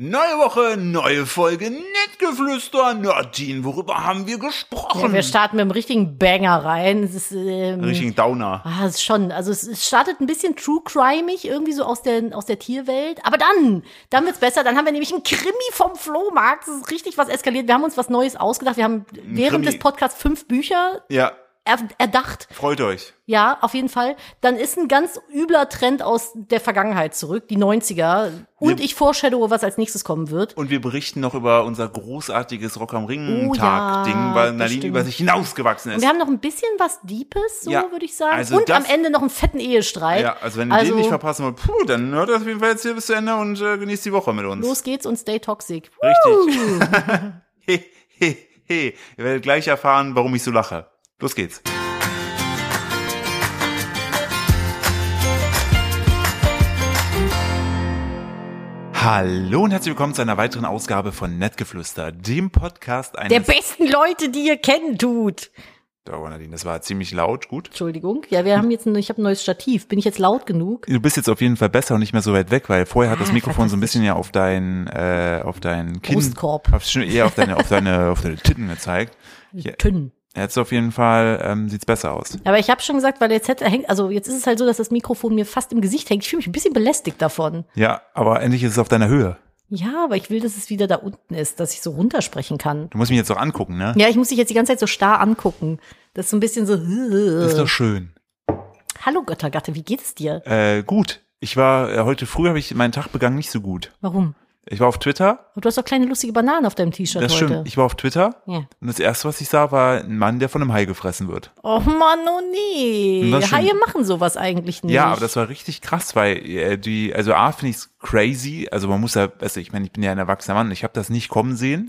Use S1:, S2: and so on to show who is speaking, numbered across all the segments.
S1: Neue Woche, neue Folge, Nettgeflüster, Nerdin, worüber haben wir
S2: Ja,
S1: gesprochen?
S2: wir starten mit einem richtigen Banger rein. Es ist, ähm,
S1: Richtigen Downer.
S2: Ah, es ist schon, also es, es startet ein bisschen true crimeig irgendwie so aus der, aus der Tierwelt. Aber dann, dann wird's besser. Dann haben wir nämlich einen Krimi vom Flohmarkt. Es ist richtig was eskaliert. Wir haben uns was Neues ausgedacht. Wir haben
S1: Krimi.
S2: während des Podcasts fünf Bücher
S1: Ja,
S2: er, erdacht.
S1: freut euch.
S2: Ja, auf jeden Fall. Dann ist ein ganz übler Trend aus der Vergangenheit zurück, die 90er. Und
S1: Wir-
S2: ich foreshadowe, was als nächstes kommen wird.
S1: Und wir berichten noch über unser großartiges Rock am
S2: Oh ja,
S1: Ring-Tag-Ding, weil
S2: das
S1: Nadine
S2: stimmt.
S1: über sich hinausgewachsen
S2: Und
S1: ist.
S2: wir haben noch ein bisschen was Deepes, so
S1: Ja,
S2: würde ich sagen.
S1: also
S2: und
S1: das-
S2: am Ende noch einen fetten Ehestreit.
S1: Ja, also wenn ihr den nicht verpassen wollt, puh, dann hört das auf jeden Fall jetzt hier bis zu Ende und äh, genießt die Woche mit uns.
S2: Los geht's und stay toxic.
S1: Richtig. he, he, he. Ihr werdet gleich erfahren, warum ich so lache. Los geht's. Hallo und herzlich willkommen zu einer weiteren Ausgabe von Nettgeflüster, dem Podcast
S2: Der
S1: eines...
S2: besten Leute, die ihr kennen tut.
S1: oh, Nadine, das war ziemlich laut, gut.
S2: Entschuldigung. Ja, wir haben jetzt ein, ich habe ein neues Stativ. Bin ich jetzt laut genug?
S1: Du bist jetzt auf jeden Fall besser und nicht mehr so weit weg, weil vorher
S2: Ah,
S1: hat das Mikrofon so ein bisschen ja auf dein, äh, auf dein Kinn...
S2: Brustkorb.
S1: Auf, eher auf deine, auf deine, auf deine Titten gezeigt. Ja.
S2: Tünn.
S1: Jetzt auf jeden Fall ähm, sieht's besser aus.
S2: Aber ich habe schon gesagt, weil jetzt hätte, hängt, also jetzt ist es halt so, dass das Mikrofon mir fast im Gesicht hängt. Ich fühle mich ein bisschen belästigt davon.
S1: Ja, aber endlich ist es auf deiner Höhe.
S2: Ja, aber ich will, dass es wieder da unten ist, dass ich so runtersprechen kann.
S1: Du musst mich jetzt doch angucken, ne?
S2: Ja, ich muss dich jetzt die ganze Zeit so starr angucken. Das ist so ein bisschen so.
S1: Das ist doch schön.
S2: Hallo Göttergatte, wie geht es dir?
S1: Äh, gut. Ich war, äh, heute früh habe ich meinen Tag begangen nicht so gut.
S2: Warum?
S1: Ich war auf Twitter.
S2: Aber du hast doch kleine lustige Bananen auf deinem T-Shirt
S1: Das
S2: heute.
S1: stimmt. Ich war auf Twitter.
S2: Ja.
S1: Und das erste, was ich sah, war ein Mann, der von einem Hai gefressen wird.
S2: Oh Mann, oh nee.
S1: Das stimmt.
S2: Haie machen sowas eigentlich nicht.
S1: Ja, aber das war richtig krass, weil äh, die, also A, finde ich's crazy. Also man muss ja, also ich meine, ich bin ja ein erwachsener Mann. Ich habe das nicht kommen sehen,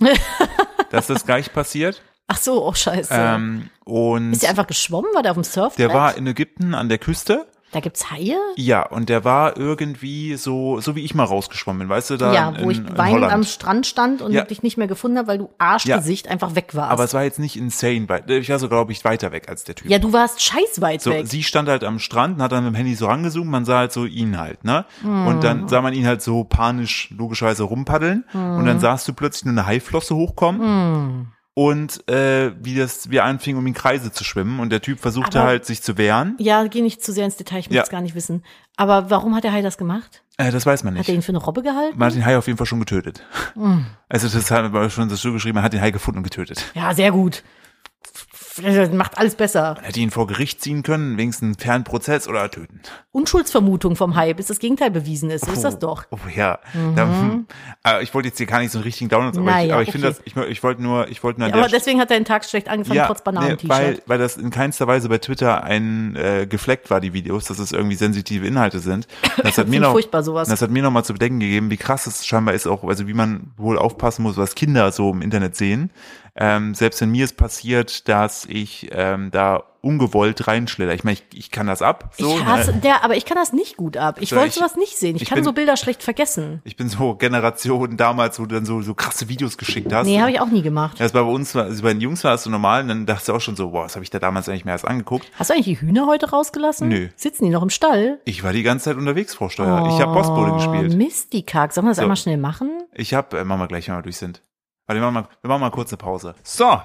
S1: dass das gleich passiert.
S2: Ach so, oh scheiße.
S1: Ähm, und
S2: ist der einfach geschwommen? War der auf dem Surfbrett?
S1: der war in Ägypten an der Küste.
S2: Da gibt's Haie?
S1: Ja, und der war irgendwie so, so wie ich mal rausgeschwommen bin, weißt du, da
S2: ja,
S1: Äh, in,
S2: wo ich
S1: in
S2: weinend am
S1: Holland.
S2: Strand stand und
S1: Ja.
S2: dich nicht mehr gefunden habe, weil du Arschgesicht einfach weg warst.
S1: Aber es war jetzt nicht insane weit. Ich war so, glaube ich, weiter weg als der Typ.
S2: ja, du warst scheiß weit
S1: so,
S2: weg.
S1: sie stand halt am Strand und hat dann mit dem Handy so rangezoomt, man sah halt so ihn halt, ne? Und
S2: Mhm.
S1: dann sah man ihn halt so panisch logischerweise rumpaddeln und
S2: Mhm.
S1: dann sahst du plötzlich nur eine Haiflosse hochkommen. Und äh, wie das, wie er anfing, um in Kreise zu schwimmen. Und der Typ versuchte
S2: Aber-
S1: halt, sich zu wehren.
S2: Ja, geh nicht zu sehr ins Detail, ich will
S1: Ja.
S2: es gar nicht wissen. Aber warum hat der Hai das gemacht?
S1: Äh, das weiß man
S2: Hat Mhm.
S1: nicht.
S2: er ihn für eine Robbe gehalten?
S1: Man hat den Hai auf jeden Fall schon getötet. Also das hat man schon so geschrieben, man hat den Hai gefunden und getötet.
S2: Ja, sehr gut. Das macht alles besser.
S1: Hätte ihn vor Gericht ziehen können, wenigstens einen fairen Prozess oder töten.
S2: Unschuldsvermutung vom Hai, bis das Gegenteil bewiesen ist. So ist das
S1: Oh,
S2: doch. Mhm.
S1: Oh ja. Da, hm, aber ich wollte jetzt hier gar nicht so einen richtigen Download, aber ich,
S2: Naja,
S1: aber ich finde
S2: okay.
S1: das, ich, mo- ich wollte nur, ich wollte nur an
S2: Aber
S1: der
S2: deswegen hat dein Tag schlecht angefangen, trotz
S1: nee,
S2: Bananen-T-Shirt.
S1: weil, weil das in keinster Weise bei Twitter ein äh, gefleckt war, die Videos, dass es irgendwie sensitive Inhalte sind. Das hat
S2: Finde
S1: mir
S2: ich
S1: noch,
S2: furchtbar, sowas.
S1: Das hat mir noch mal zu bedenken gegeben, wie krass es scheinbar ist auch, also wie man wohl aufpassen muss, was Kinder so im Internet sehen. Ähm, selbst wenn mir es passiert, dass ich ähm, da ungewollt reinschlitter. Ich meine, ich, ich kann das ab. So,
S2: ich
S1: ne?
S2: hasse, der, aber ich kann das nicht gut ab. Ich
S1: So,
S2: wollte
S1: ich-
S2: sowas nicht sehen. Ich,
S1: ich
S2: kann
S1: bin-
S2: so Bilder schlecht vergessen.
S1: Ich bin so Generation damals, wo du dann so, so krasse Videos geschickt hast.
S2: Nee, habe ich auch nie gemacht.
S1: das war bei uns, also bei den Jungs war das so normal, und dann dachtest du auch schon so, boah, was habe ich da damals eigentlich mehr erst angeguckt?
S2: Hast du eigentlich die Hühner heute rausgelassen?
S1: Nö.
S2: Sitzen die noch im Stall?
S1: Ich war die ganze Zeit unterwegs, Frau Steuer. ich habe Postbote
S2: Oh,
S1: gespielt.
S2: Mist, die Kack. Sollen wir das
S1: So.
S2: einmal schnell machen?
S1: Ich habe, äh, machen wir gleich, wenn wir durch sind. Warte, wir machen mal, wir machen mal kurze Pause. So,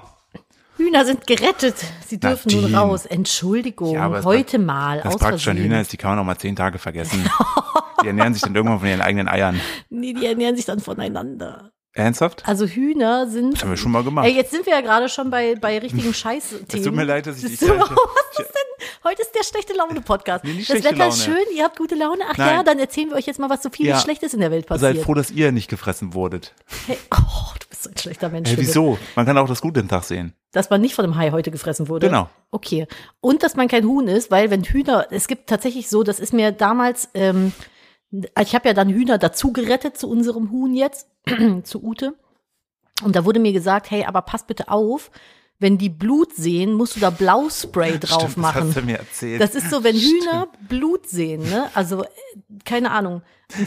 S2: Hühner sind gerettet. Sie dürfen nun
S1: Nadine.
S2: raus. Entschuldigung.
S1: Ja, aber es
S2: heute mal.
S1: das
S2: aus
S1: praktische an
S2: Versehen.
S1: Hühner ist, die kann man noch mal zehn Tage vergessen. die ernähren sich dann irgendwann von ihren eigenen Eiern.
S2: Nee, die ernähren sich dann voneinander.
S1: Ernsthaft?
S2: Also Hühner sind.
S1: Das haben wir schon mal gemacht.
S2: Ey, jetzt sind wir ja gerade schon bei, bei richtigen Scheißthemen.
S1: Es tut mir leid, dass ich dich
S2: So,
S1: gleich-
S2: was ist denn? Heute ist der schlechte Laune-Podcast.
S1: Nee, nicht
S2: das
S1: schlechte
S2: Wetter ist
S1: Laune.
S2: schön, ihr habt gute Laune. Ach
S1: Nein.
S2: ja, dann erzählen wir euch jetzt mal, was so viel
S1: Ja.
S2: Schlechtes in der Welt
S1: Seid
S2: passiert.
S1: froh, dass ihr nicht gefressen wurdet.
S2: Hey, oh, du bist so ein schlechter Mensch.
S1: Hey,
S2: Philipp.
S1: wieso? Man kann auch das Gute im Tag sehen.
S2: Dass man nicht von einem Hai heute gefressen wurde.
S1: Genau.
S2: Okay. Und dass man kein Huhn ist, weil wenn Hühner, es gibt tatsächlich so, das ist mir damals, ähm, ich habe ja dann Hühner dazu gerettet zu unserem Huhn jetzt, zu Ute. Und da wurde mir gesagt, hey, aber pass bitte auf, wenn die Blut sehen, musst du da Blauspray drauf
S1: Stimmt,
S2: machen.
S1: Das hast du mir erzählt.
S2: Das ist so, wenn Hühner Blut sehen, ne? Also, äh, keine Ahnung. eine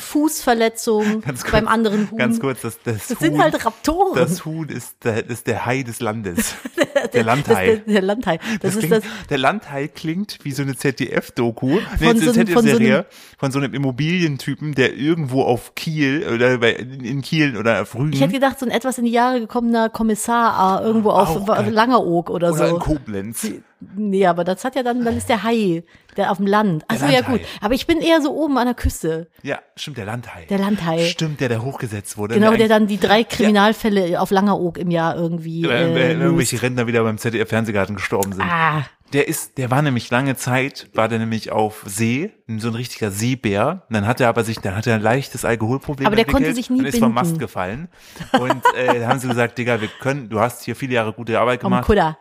S2: Fußverletzung
S1: Ganz kurz,
S2: beim anderen Huhn.
S1: Ganz kurz, das, das,
S2: das
S1: Huhn,
S2: sind halt Raptoren.
S1: das Huhn ist der, ist der Hai des Landes. der
S2: Das ist
S1: Landhai.
S2: der, der Landhai. Das,
S1: Das
S2: ist das.
S1: klingt, der Landhai klingt wie so eine ZDF-Doku, nee,
S2: Von
S1: so eine
S2: so einem- von so einem-
S1: ZDF-Serie von so einem Immobilientypen, der irgendwo auf Kiel oder bei, in in Kiel oder auf Rügen
S2: Ich hätte gedacht, so ein etwas in die Jahre gekommener Kommissar ah, irgendwo auf
S1: Auch geil.
S2: Langeoog oder,
S1: oder in
S2: so.
S1: Koblenz.
S2: Nee, aber das hat ja dann, dann ist der Hai, der auf dem Land. Achso, ja
S1: Landhai.
S2: gut. Aber ich bin eher so oben an der Küste.
S1: Ja, stimmt, der Landhai.
S2: Der Landhai.
S1: Stimmt, der da hochgesetzt wurde.
S2: Genau, der
S1: der
S2: dann die drei Kriminalfälle auf Langeoog im Jahr irgendwie.
S1: eigentlich-
S2: Äh,
S1: weil
S2: löst.
S1: irgendwelche Rentner wieder beim ZDF-Fernsehgarten gestorben sind.
S2: ah,
S1: Der ist, der war nämlich lange Zeit, war der nämlich auf See, so ein richtiger Seebär. Und dann hat er aber sich, dann hat er ein leichtes Alkoholproblem.
S2: Aber der konnte
S1: entwickelt
S2: sich nie
S1: und ist vom
S2: binden.
S1: Mast gefallen. Und äh, da haben sie gesagt, Digga, wir können, du hast hier viele Jahre gute Arbeit
S2: um
S1: gemacht,
S2: Kudder.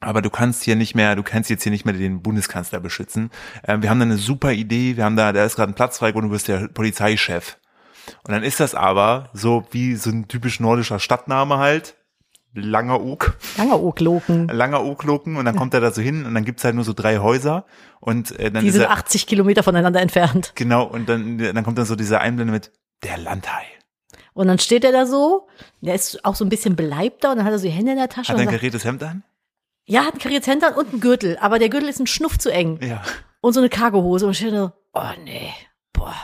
S1: aber du kannst hier nicht mehr, du kannst jetzt hier nicht mehr den Bundeskanzler beschützen. Ähm, wir haben da eine super Idee, wir haben da, da ist gerade ein Platz frei und du wirst der Polizeichef. Und dann ist das aber so wie so ein typisch nordischer Stadtname halt. Langer Ug
S2: Langeoog-Loken.
S1: langer Okloken und dann kommt er da so hin und dann gibt's halt nur so drei Häuser und äh, dann
S2: Die
S1: ist
S2: sind
S1: er,
S2: 80 Kilometer voneinander entfernt.
S1: genau und dann dann kommt dann so dieser Einblende mit der Landhai.
S2: Und dann steht er da so, der ist auch so ein bisschen beleibter und dann hat er so die Hände in der Tasche
S1: Hat er
S2: und
S1: ein
S2: sagt,
S1: kariertes Hemd an?
S2: ja, hat ein kariertes Hemd an und einen Gürtel, aber der Gürtel ist ein Schnuff zu eng
S1: Ja.
S2: und so eine Cargohose und steht da so, oh nee, boah,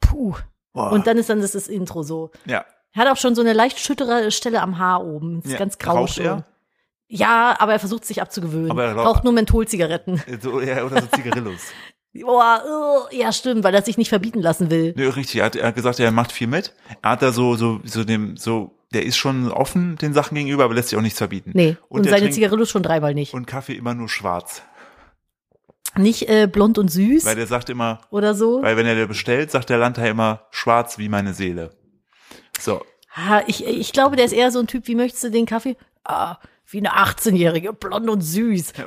S2: puh.
S1: Boah.
S2: Und dann ist dann das, das Intro so.
S1: ja.
S2: Er hat auch schon so eine leicht schüttere Stelle am Haar oben, ist
S1: Ja.
S2: ganz grau
S1: Raucht
S2: schon.
S1: er?
S2: Ja, aber er versucht sich abzugewöhnen.
S1: Aber er raucht-
S2: raucht nur Mentholzigaretten.
S1: So, ja, oder so Zigarillos.
S2: Boah, uh, ja stimmt, weil er sich nicht verbieten lassen will.
S1: Nö, richtig, er hat, er hat gesagt, er macht viel mit. Er hat da so, so, so dem, so, der ist schon offen den Sachen gegenüber, aber lässt sich auch nichts verbieten.
S2: Nee,
S1: Und
S2: und,
S1: der
S2: seine
S1: trinkt-
S2: Zigarillos schon dreimal nicht.
S1: Und Kaffee immer nur schwarz.
S2: Nicht äh, blond und süß
S1: Weil der sagt immer,
S2: oder so.
S1: weil wenn er der bestellt, sagt der Landhai immer schwarz wie meine Seele. So.
S2: Ha, ich, ich glaube, der ist eher so ein Typ, wie möchtest du den Kaffee? Ah, wie eine 18-Jährige, blond und süß.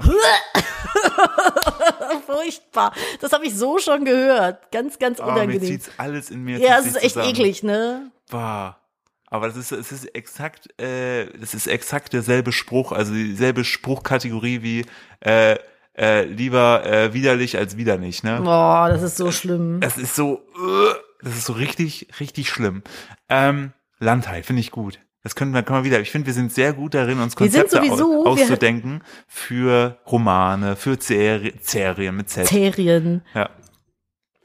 S2: Furchtbar. Das habe ich so schon gehört. Ganz, ganz
S1: Aber Ah, mir
S2: unangenehm.
S1: zieht's alles in mir.
S2: Ja,
S1: zieht
S2: es ist
S1: sich
S2: echt
S1: zusammen.
S2: eklig, ne?
S1: Bah. Aber das ist, es ist exakt, äh, es ist exakt derselbe Spruch, also dieselbe Spruchkategorie wie äh, äh, lieber äh, widerlich als widerlich, ne?
S2: Boah, das ist so schlimm.
S1: Das ist so, äh, das ist so richtig, richtig schlimm. Ähm, Landhai finde ich gut. Das können wir, können wir wieder. Ich finde, wir sind sehr gut darin, uns
S2: Wir sind
S1: Konzepte au-
S2: sowieso, wir-
S1: auszudenken für Romane, für Serien, Serien mit Z.
S2: Bakterien.
S1: Ja.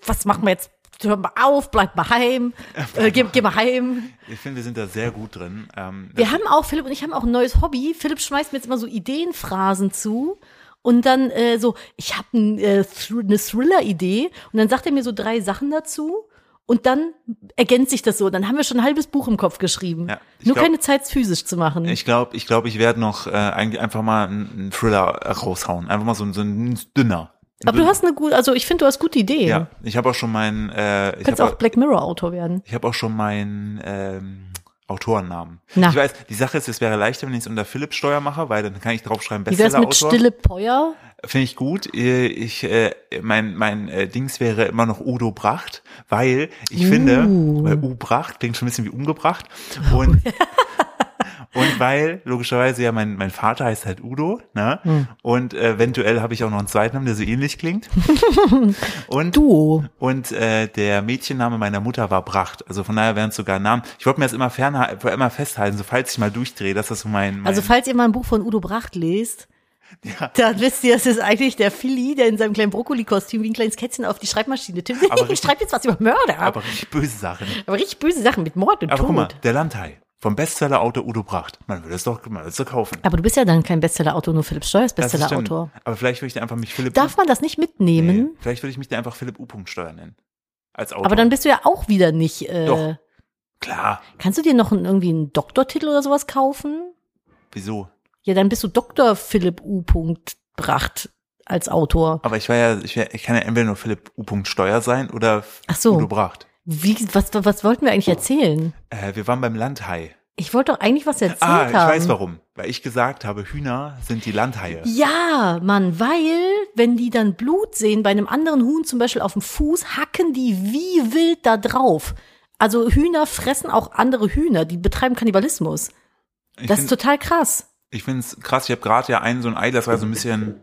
S2: Was machen wir jetzt? Hör mal auf, bleib mal heim. Äh, geh, geh mal heim.
S1: Ich finde, wir sind da sehr gut drin. Ähm,
S2: Wir haben auch, Philipp und ich haben auch ein neues Hobby. Philipp schmeißt mir jetzt immer so Ideenphrasen zu. Und dann äh, so, ich habe ein, äh, Thr eine Thriller-Idee. Und dann sagt er mir so drei Sachen dazu. Und dann ergänzt sich das so. Dann haben wir schon ein halbes Buch im Kopf geschrieben.
S1: Ja, ich
S2: Nur
S1: glaub-
S2: keine Zeit, es physisch zu machen.
S1: Ich glaube, ich glaube, ich werde noch äh, eigentlich einfach mal einen einen Thriller raushauen. Einfach mal so, ein- so ein dünner. Ein
S2: Aber du
S1: dünner.
S2: hast eine gute, also ich finde, du hast gute Ideen.
S1: ja, ich habe auch schon meinen, äh, ich
S2: Du kannst
S1: habe
S2: auch
S1: auch,
S2: Black Mirror-Autor werden.
S1: ich hab auch schon meinen ähm, Autorennamen.
S2: Na.
S1: Ich weiß, die Sache ist, es wäre leichter, wenn ich es unter Philipp Steuer mache, weil dann kann ich draufschreiben
S2: Wie wär's mit
S1: Bestseller-Autor.
S2: Stille Peuer?
S1: Finde ich gut. Äh, Ich, äh, mein, mein äh, Dings wäre immer noch Udo Bracht, weil ich finde, weil U Bracht klingt schon ein bisschen wie umgebracht. Und, und weil, logischerweise, ja, mein, mein Vater heißt halt Udo, ne? Und äh, eventuell habe ich auch noch einen zweiten Namen, der so ähnlich klingt. und
S2: Duo.
S1: und äh, der Mädchenname meiner Mutter war Bracht. Also von daher wären es sogar Namen. Ich wollte mir das immer fern immer festhalten, so falls ich mal durchdrehe, dass das so mein, mein
S2: Also falls ihr mal ein Buch von Udo Bracht lest, dann wisst ihr, das ist eigentlich der Philly, der in seinem kleinen Brokkoli-Kostüm wie ein kleines Kätzchen auf die Schreibmaschine tippt.
S1: Aber
S2: ich
S1: richtig-
S2: schreibe jetzt was über Mörder. Aber,
S1: aber richtig böse Sachen.
S2: richtig böse Sachen mit Mord und
S1: Aber
S2: Tod.
S1: guck mal, der Landhai vom Bestseller-Autor Udo Bracht. Man würde es doch, man würde es doch kaufen.
S2: Aber du bist ja dann kein Bestseller-Autor, nur Philipp Steuer ist
S1: Das ist stimmt.
S2: Bestseller-Autor.
S1: Aber vielleicht würde ich da einfach mich Philipp.
S2: Darf man das nicht mitnehmen?
S1: Nee, vielleicht würde ich mich da einfach Philipp U. Steuer nennen. Als Autor.
S2: Aber dann bist du ja auch wieder nicht. Äh,
S1: Doch. Klar.
S2: Kannst du dir noch einen, irgendwie einen Doktortitel oder sowas kaufen?
S1: Wieso?
S2: Ja, dann bist du Dr. Philipp U. Bracht als Autor.
S1: Aber ich war ja, ich, wär, ich kann ja entweder nur Philipp U. Steuer sein oder
S2: Ach so.
S1: Udo Bracht.
S2: Wie, was, was wollten wir eigentlich erzählen?
S1: Äh, wir waren beim Landhai.
S2: Ich wollte doch eigentlich was erzählt
S1: Ah, ich
S2: haben.
S1: weiß warum. Weil ich gesagt habe, Hühner sind die Landhaie.
S2: Ja, Mann, weil, wenn die dann Blut sehen, bei einem anderen Huhn zum Beispiel auf dem Fuß, hacken die wie wild da drauf. Also Hühner fressen auch andere Hühner, die betreiben Kannibalismus.
S1: Ich
S2: Das ist
S1: find-
S2: total krass.
S1: ich finde es krass, ich habe gerade ja einen so ein Ei, das war so ein bisschen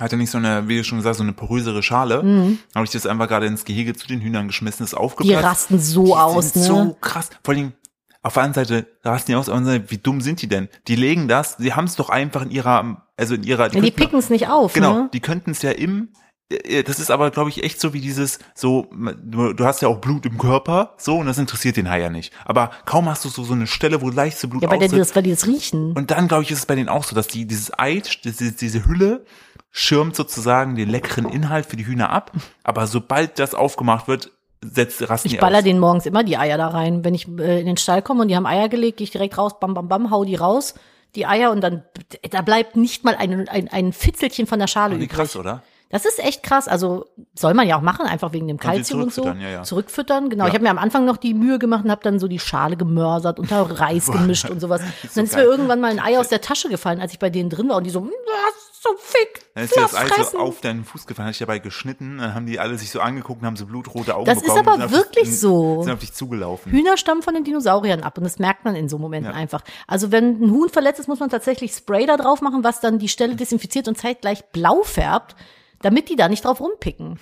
S1: hatte nicht so eine, wie du schon gesagt, so eine porösere Schale.
S2: Hm.
S1: Habe ich das einfach gerade ins Gehege zu den Hühnern geschmissen, ist
S2: Mhm. Die
S1: aufgeplatzt.
S2: rasten so
S1: Die
S2: aus,
S1: sind
S2: ne?
S1: so krass. Vor allem, auf der einen Seite rasten die aus, auf der anderen Seite, wie dumm sind die denn? Die legen das, die haben es doch einfach in ihrer, also in ihrer,
S2: Ja, die
S1: könnten-
S2: picken es nicht auf,
S1: Genau,
S2: ne?
S1: die könnten es ja im äh, das ist aber, glaube ich, echt so wie dieses, so, du du hast ja auch Blut im Körper, so, und das interessiert den Hai ja nicht. Aber kaum hast du so, so eine Stelle, wo leicht so Blut
S2: Ja, weil, der,
S1: austritt.
S2: das, weil die das riechen.
S1: Und dann, glaube ich, ist es bei denen auch so, dass die, dieses Ei, diese, diese Hülle schirmt sozusagen den leckeren Inhalt für die Hühner ab. Aber sobald das aufgemacht wird, setzt rasten
S2: Ich
S1: die
S2: baller
S1: aus.
S2: denen morgens immer die Eier da rein. Wenn ich äh, in den Stall komme und die haben Eier gelegt, gehe ich direkt raus, bam, bam, bam, hau die raus, die Eier und dann, da bleibt nicht mal ein, ein, ein Fitzelchen von der Schale
S1: Wie
S2: übrig.
S1: krass, oder?
S2: Das ist echt krass. Also soll man ja auch machen, einfach wegen dem
S1: die
S2: Kalzium und so.
S1: zurückfüttern, ja, ja.
S2: Zurückfüttern, genau.
S1: Ja.
S2: Ich habe mir am Anfang noch die Mühe gemacht und habe dann so die Schale gemörsert, unter Reis gemischt und sowas. Und dann ist mir
S1: geil.
S2: irgendwann mal ein Ei aus der Tasche gefallen, als ich bei denen drin war und die so, "Mm, das ist so fick,
S1: Dann ist dir das
S2: lass
S1: Ei
S2: fressen."
S1: so auf deinen Fuß gefallen, hat dich dabei geschnitten, dann haben die alle sich so angeguckt und haben so blutrote Augen
S2: Das ist
S1: bekommen.
S2: aber
S1: und sind auf dich-
S2: wirklich so.
S1: Sind auf dich zugelaufen.
S2: Hühner stammen von den Dinosauriern ab und das merkt man in so Momenten
S1: Ja.
S2: einfach. Also wenn ein Huhn verletzt ist, muss man tatsächlich Spray da drauf machen, was dann die Stelle desinfiziert und zeitgleich blau färbt, damit die da nicht drauf rumpicken.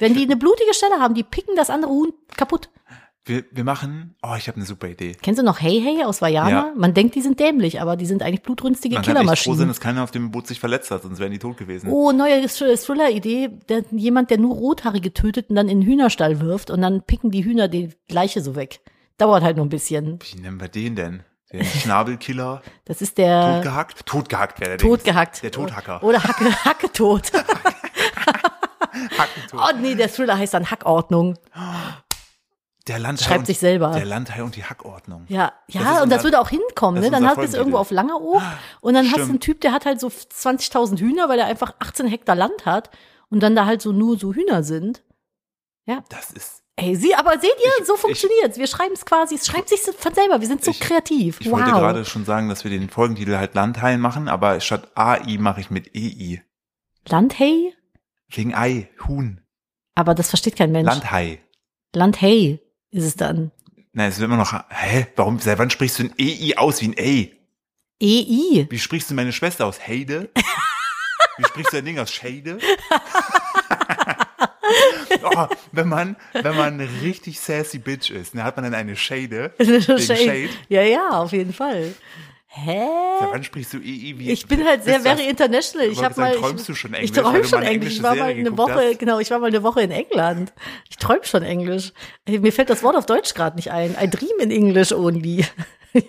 S2: Wenn die eine blutige Stelle haben, die picken das andere Huhn kaputt.
S1: Wir, wir machen, oh, ich habe eine super Idee.
S2: Kennst du noch Hey Hey aus Vajana?
S1: Ja.
S2: Man denkt, die sind dämlich, aber die sind eigentlich blutrünstige
S1: Man kann echt froh sein,
S2: Killermaschinen.
S1: dass keiner auf dem Boot sich verletzt hat, sonst wären die tot gewesen.
S2: Oh, neue Thr- Thriller-Idee. Der- Jemand, der nur Rothaarige tötet und dann in den Hühnerstall wirft und dann picken die Hühner die Leiche so weg. Dauert halt nur ein bisschen.
S1: Wie nennen wir den denn? Den Schnabelkiller?
S2: Das ist der
S1: Totgehackt? Totgehackt wäre der Ding.
S2: Äh. Totgehackt. Oh.
S1: Der Tothacker.
S2: Oder Hacke, Hacke tot.
S1: Hackentot.
S2: Oh nee, der Thriller heißt dann Hackordnung.
S1: Der Landhai
S2: Schreibt
S1: und,
S2: sich selber.
S1: Der Landhai und die Hackordnung.
S2: Ja,
S1: Das ist
S2: ja, und das
S1: unser-
S2: würde auch hinkommen,
S1: das
S2: ne?
S1: ist
S2: Dann
S1: unser
S2: hast du es irgendwo
S1: Folgentitel.
S2: auf Langeoog und dann hast du einen
S1: Stimmt.
S2: Typ, der hat halt so 20.000 Hühner, weil er einfach 18 Hektar Land hat und dann da halt so nur so Hühner sind.
S1: Das ist,
S2: Ey, sie, aber seht ihr, so funktioniert's. Wir schreiben es quasi, es schreibt sich von selber, wir sind so
S1: Ich-
S2: kreativ.
S1: ich
S2: wow.
S1: wollte gerade schon sagen, dass wir den Folgentitel halt Landhai machen, aber statt AI mache ich mit EI.
S2: Landhey?
S1: Wegen Ei, Huhn,
S2: Aber das versteht kein Mensch.
S1: Landhai.
S2: Landhey ist es dann.
S1: Nein, es wird immer noch, hä, warum, seit wann sprichst du ein EI aus wie ein Ey?
S2: E EI.
S1: Wie sprichst du meine Schwester aus? Heide? Wie sprichst du dein Ding aus? Shade? oh, wenn man, wenn man eine richtig sassy Bitch ist, ne, hat man dann eine Shade. wegen Shade.
S2: Ja, ja, auf jeden Fall. Hä?
S1: Seit wann sprichst du EI wie
S2: Ich bin halt sehr
S1: Ist das-
S2: very international. Ich
S1: wollte
S2: habe
S1: sagen,
S2: mal ich,
S1: träumst du schon
S2: Ich
S1: Englisch, weil
S2: träume
S1: du
S2: schon
S1: mal eine
S2: Englisch. Ich
S1: englische
S2: war mal
S1: Serie
S2: eine
S1: geguckt
S2: Woche,
S1: hast.
S2: genau, ich war mal eine Woche in England. Ich träume schon Englisch. Ey, Mir fällt das Wort auf Deutsch gerade nicht ein. I dream in English only.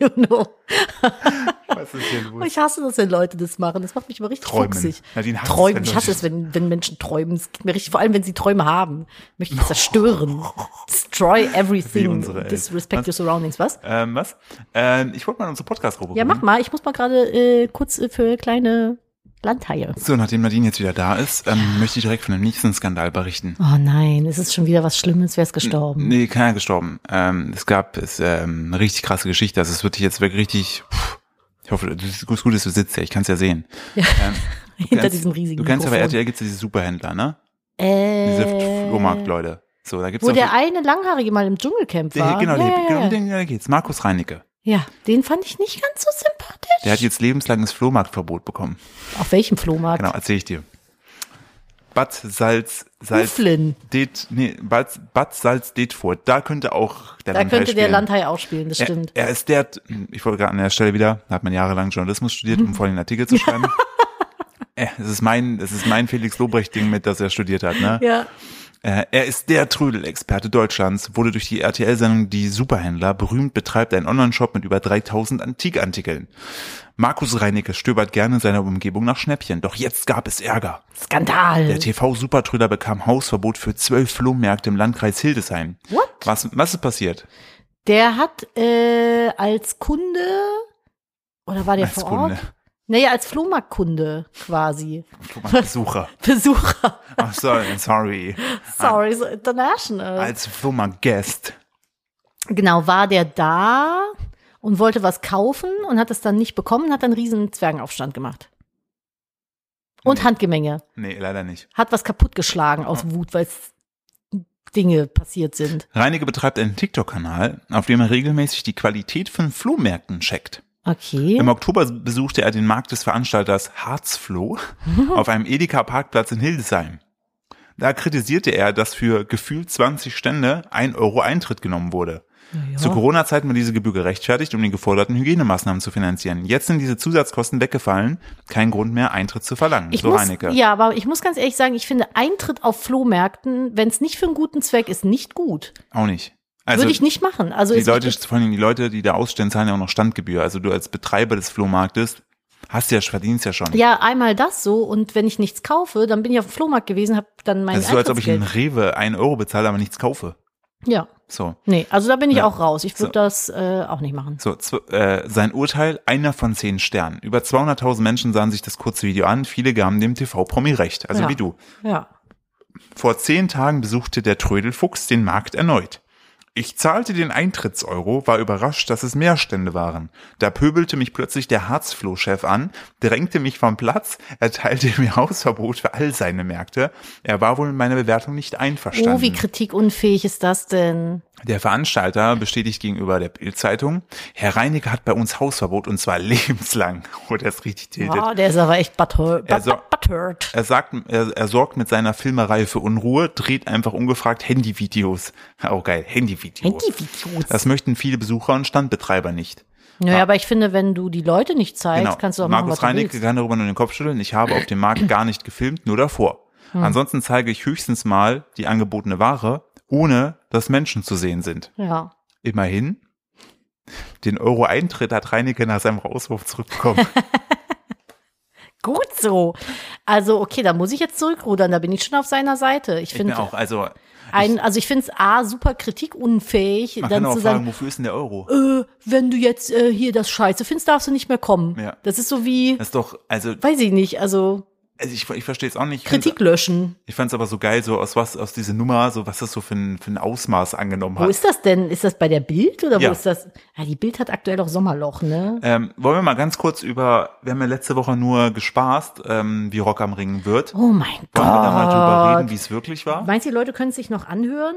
S2: You know.
S1: Was ist hier los?
S2: Ich hasse das, wenn Leute das machen. Das macht mich immer richtig
S1: Träumen.
S2: fuchsig.
S1: Nadine hasst es,
S2: träumen.
S1: wenn
S2: Ich hasse
S1: Leute-
S2: es, wenn, wenn Menschen träumen. Es geht mir richtig, vor allem wenn sie Träume haben. Möchte ich zerstören. Destroy
S1: Wie
S2: everything.
S1: unsere Eltern.
S2: Disrespect your surroundings. Was?
S1: Ähm, was? Ähm, ich wollte mal in unsere Podcast-Gruppe
S2: Ja, mach
S1: gucken.
S2: mal. Ich muss mal gerade äh, kurz äh, für kleine Landhaie.
S1: So, nachdem Nadine jetzt wieder da ist, ähm, möchte ich direkt von dem nächsten Skandal berichten.
S2: Oh nein, es ist schon wieder was Schlimmes. Wer ist gestorben?
S1: Nee, keiner gestorben. Ähm, es gab es, ähm, eine richtig krasse Geschichte. Also es wird dich jetzt wirklich richtig. Pff, ich hoffe, du ist gut, dass du sitzt hier. Ich kann es ja sehen. Ähm, du
S2: Hinter
S1: kennst-
S2: diesem riesigen
S1: Du kennst ja bei
S2: Mikrofon.
S1: RTL gibt's ja diese Superhändler, ne?
S2: Äh,
S1: Diese Flohmarkt-Leute. So, da gibt's
S2: Wo
S1: noch-
S2: der eine Langhaarige mal im Dschungelcamp
S1: der,
S2: war.
S1: genau,
S2: ja,
S1: der,
S2: ja,
S1: genau,
S2: ja.
S1: um den da geht's. Markus Reinicke.
S2: ja, den fand ich nicht ganz so sympathisch.
S1: Der hat jetzt lebenslanges Flohmarktverbot bekommen.
S2: Auf welchem Flohmarkt?
S1: Genau, erzähle ich dir. Bad Salz, Salz,
S2: Uflin.
S1: Det, nee, Bad, Bad Salz Detfurt. Da könnte auch der
S2: Da
S1: Landheil
S2: könnte der
S1: spielen.
S2: Landhai auch spielen, das stimmt.
S1: Er, er ist der, ich wollte gerade an der Stelle wieder, da hat man jahrelang Journalismus studiert, um vorhin einen Artikel zu schreiben. Äh, Es ist mein, es ist mein Felix Lobrecht-Ding mit, dass er studiert hat, ne?
S2: Ja.
S1: Äh, Er ist der Trödel-Experte Deutschlands, wurde durch die RTL-Sendung Die Superhändler berühmt, betreibt einen Online-Shop mit über 3000 Antikartikeln. Markus Reinicke stöbert gerne in seiner Umgebung nach Schnäppchen, doch jetzt gab es Ärger. Der
S2: Skandal.
S1: TV-Supertröder bekam Hausverbot für zwölf Flohmärkte im Landkreis Hildesheim.
S2: What?
S1: Was, was ist passiert?
S2: Der hat äh, als Kunde oder war der
S1: Als
S2: vor
S1: Kunde.
S2: Ort? Naja, als Flohmarktkunde quasi.
S1: Besucher.
S2: Besucher.
S1: Ach so, sorry.
S2: Sorry, so international.
S1: Ah. Als Flohmarkt-Guest.
S2: Genau, war der da und wollte was kaufen und hat es dann nicht bekommen, hat einen riesen Zwergenaufstand gemacht.
S1: Mhm.
S2: Und Handgemenge.
S1: Nee, leider nicht.
S2: Hat was kaputtgeschlagen
S1: Mhm.
S2: aus Wut, weil Dinge passiert sind.
S1: Reinige betreibt einen TikTok-Kanal, auf dem er regelmäßig die Qualität von Flohmärkten checkt.
S2: Okay.
S1: Im Oktober besuchte er den Markt des Veranstalters Harzfloh auf einem Edeka-Parkplatz in Hildesheim. Da kritisierte er, dass für gefühlt 20 Stände ein Euro Eintritt genommen wurde.
S2: Ja.
S1: Zu Corona-Zeiten war diese Gebühr gerechtfertigt, um die geforderten Hygienemaßnahmen zu finanzieren. Jetzt sind diese Zusatzkosten weggefallen. Kein Grund mehr, Eintritt zu verlangen.
S2: Ich
S1: so
S2: muss,
S1: Reinecke.
S2: Ja, aber ich muss ganz ehrlich sagen, ich finde Eintritt auf Flohmärkten, wenn es nicht für einen guten Zweck ist, nicht gut.
S1: Auch nicht. Also
S2: Würde ich nicht machen. Also
S1: die
S2: ist-
S1: Leute,
S2: ist-
S1: vor allem die Leute, die da ausstellen, zahlen ja auch noch Standgebühr. Also du als Betreiber des Flohmarktes hast ja, verdienst ja schon.
S2: ja, einmal das so und wenn ich nichts kaufe, dann bin ich auf dem Flohmarkt gewesen, habe dann mein
S1: das ist so, als ob ich in
S2: Eintrittsgeld.
S1: Rewe einen Euro bezahle, aber nichts kaufe.
S2: ja,
S1: So.
S2: nee, also da bin ich
S1: Ja.
S2: auch raus. Ich würde
S1: So.
S2: das äh, auch nicht machen.
S1: So, zw- äh, sein Urteil, einer von zehn Sternen. Über 200.000 Menschen sahen sich das kurze Video an. Viele gaben dem TV-Promi recht, also
S2: Ja.
S1: wie du.
S2: Ja,
S1: Vor zehn Tagen besuchte der Trödelfuchs den Markt erneut. Ich zahlte den Eintrittseuro, war überrascht, dass es mehr Stände waren. Da pöbelte mich plötzlich der Harzflohchef an, drängte mich vom Platz, erteilte mir Hausverbot für all seine Märkte. Er war wohl mit meiner Bewertung nicht einverstanden.
S2: Oh, wie kritikunfähig ist das denn?
S1: Der Veranstalter bestätigt gegenüber der Bild-Zeitung, Herr Reinicke hat bei uns Hausverbot und zwar lebenslang. Oh, der ist richtig tätig.
S2: Oh, der ist aber echt butthurt. But,
S1: Also-
S2: butthurt.
S1: Er sagt, er, er sorgt mit seiner Filmerei für Unruhe, dreht einfach ungefragt Handyvideos. Auch geil, Handyvideos.
S2: Handyvideos.
S1: Das möchten viele Besucher und Standbetreiber nicht. Genau.
S2: Naja, aber ich finde, wenn du die Leute nicht zeigst, kannst du auch
S1: Markus
S2: machen, was du
S1: Reinicke
S2: willst.
S1: kann darüber nur den Kopf schütteln. Ich habe auf dem Markt gar nicht gefilmt, nur davor.
S2: Hm.
S1: Ansonsten zeige ich höchstens mal die angebotene Ware, ohne dass Menschen zu sehen sind.
S2: Ja.
S1: Immerhin. Den Euro-Eintritt hat Reinecke nach seinem Rauswurf zurückbekommen.
S2: Gut so. Also, okay, da muss ich jetzt zurückrudern, da bin ich schon auf seiner Seite. Ich
S1: ich bin
S2: finde
S1: auch, also
S2: ein, also ich finde es A super kritikunfähig,
S1: man kann
S2: dann
S1: auch
S2: zu
S1: fragen,
S2: sagen,
S1: wofür ist denn der Euro?
S2: äh, wenn du jetzt äh, hier das Scheiße findest, darfst du nicht mehr kommen.
S1: Ja.
S2: Das ist so wie,
S1: Das ist doch, also,
S2: weiß ich nicht, also
S1: also ich, ich verstehe es auch nicht. Ich find's-
S2: Kritik löschen.
S1: Ich fand's aber so geil, so aus was, aus diese Nummer, so was das so für ein, für ein Ausmaß angenommen
S2: Wo
S1: hat.
S2: ist das denn? Ist das bei der Bild oder
S1: Ja.
S2: wo ist das? Ja, die Bild hat aktuell auch Sommerloch, ne?
S1: Ähm, wollen wir mal ganz kurz über, wir haben ja letzte Woche nur gespaßt, ähm, wie Rock am Ring wird.
S2: Oh mein
S1: Wollen wir da mal drüber
S2: Gott.
S1: reden, wie es wirklich war?
S2: Meinst du, die Leute können es sich noch anhören?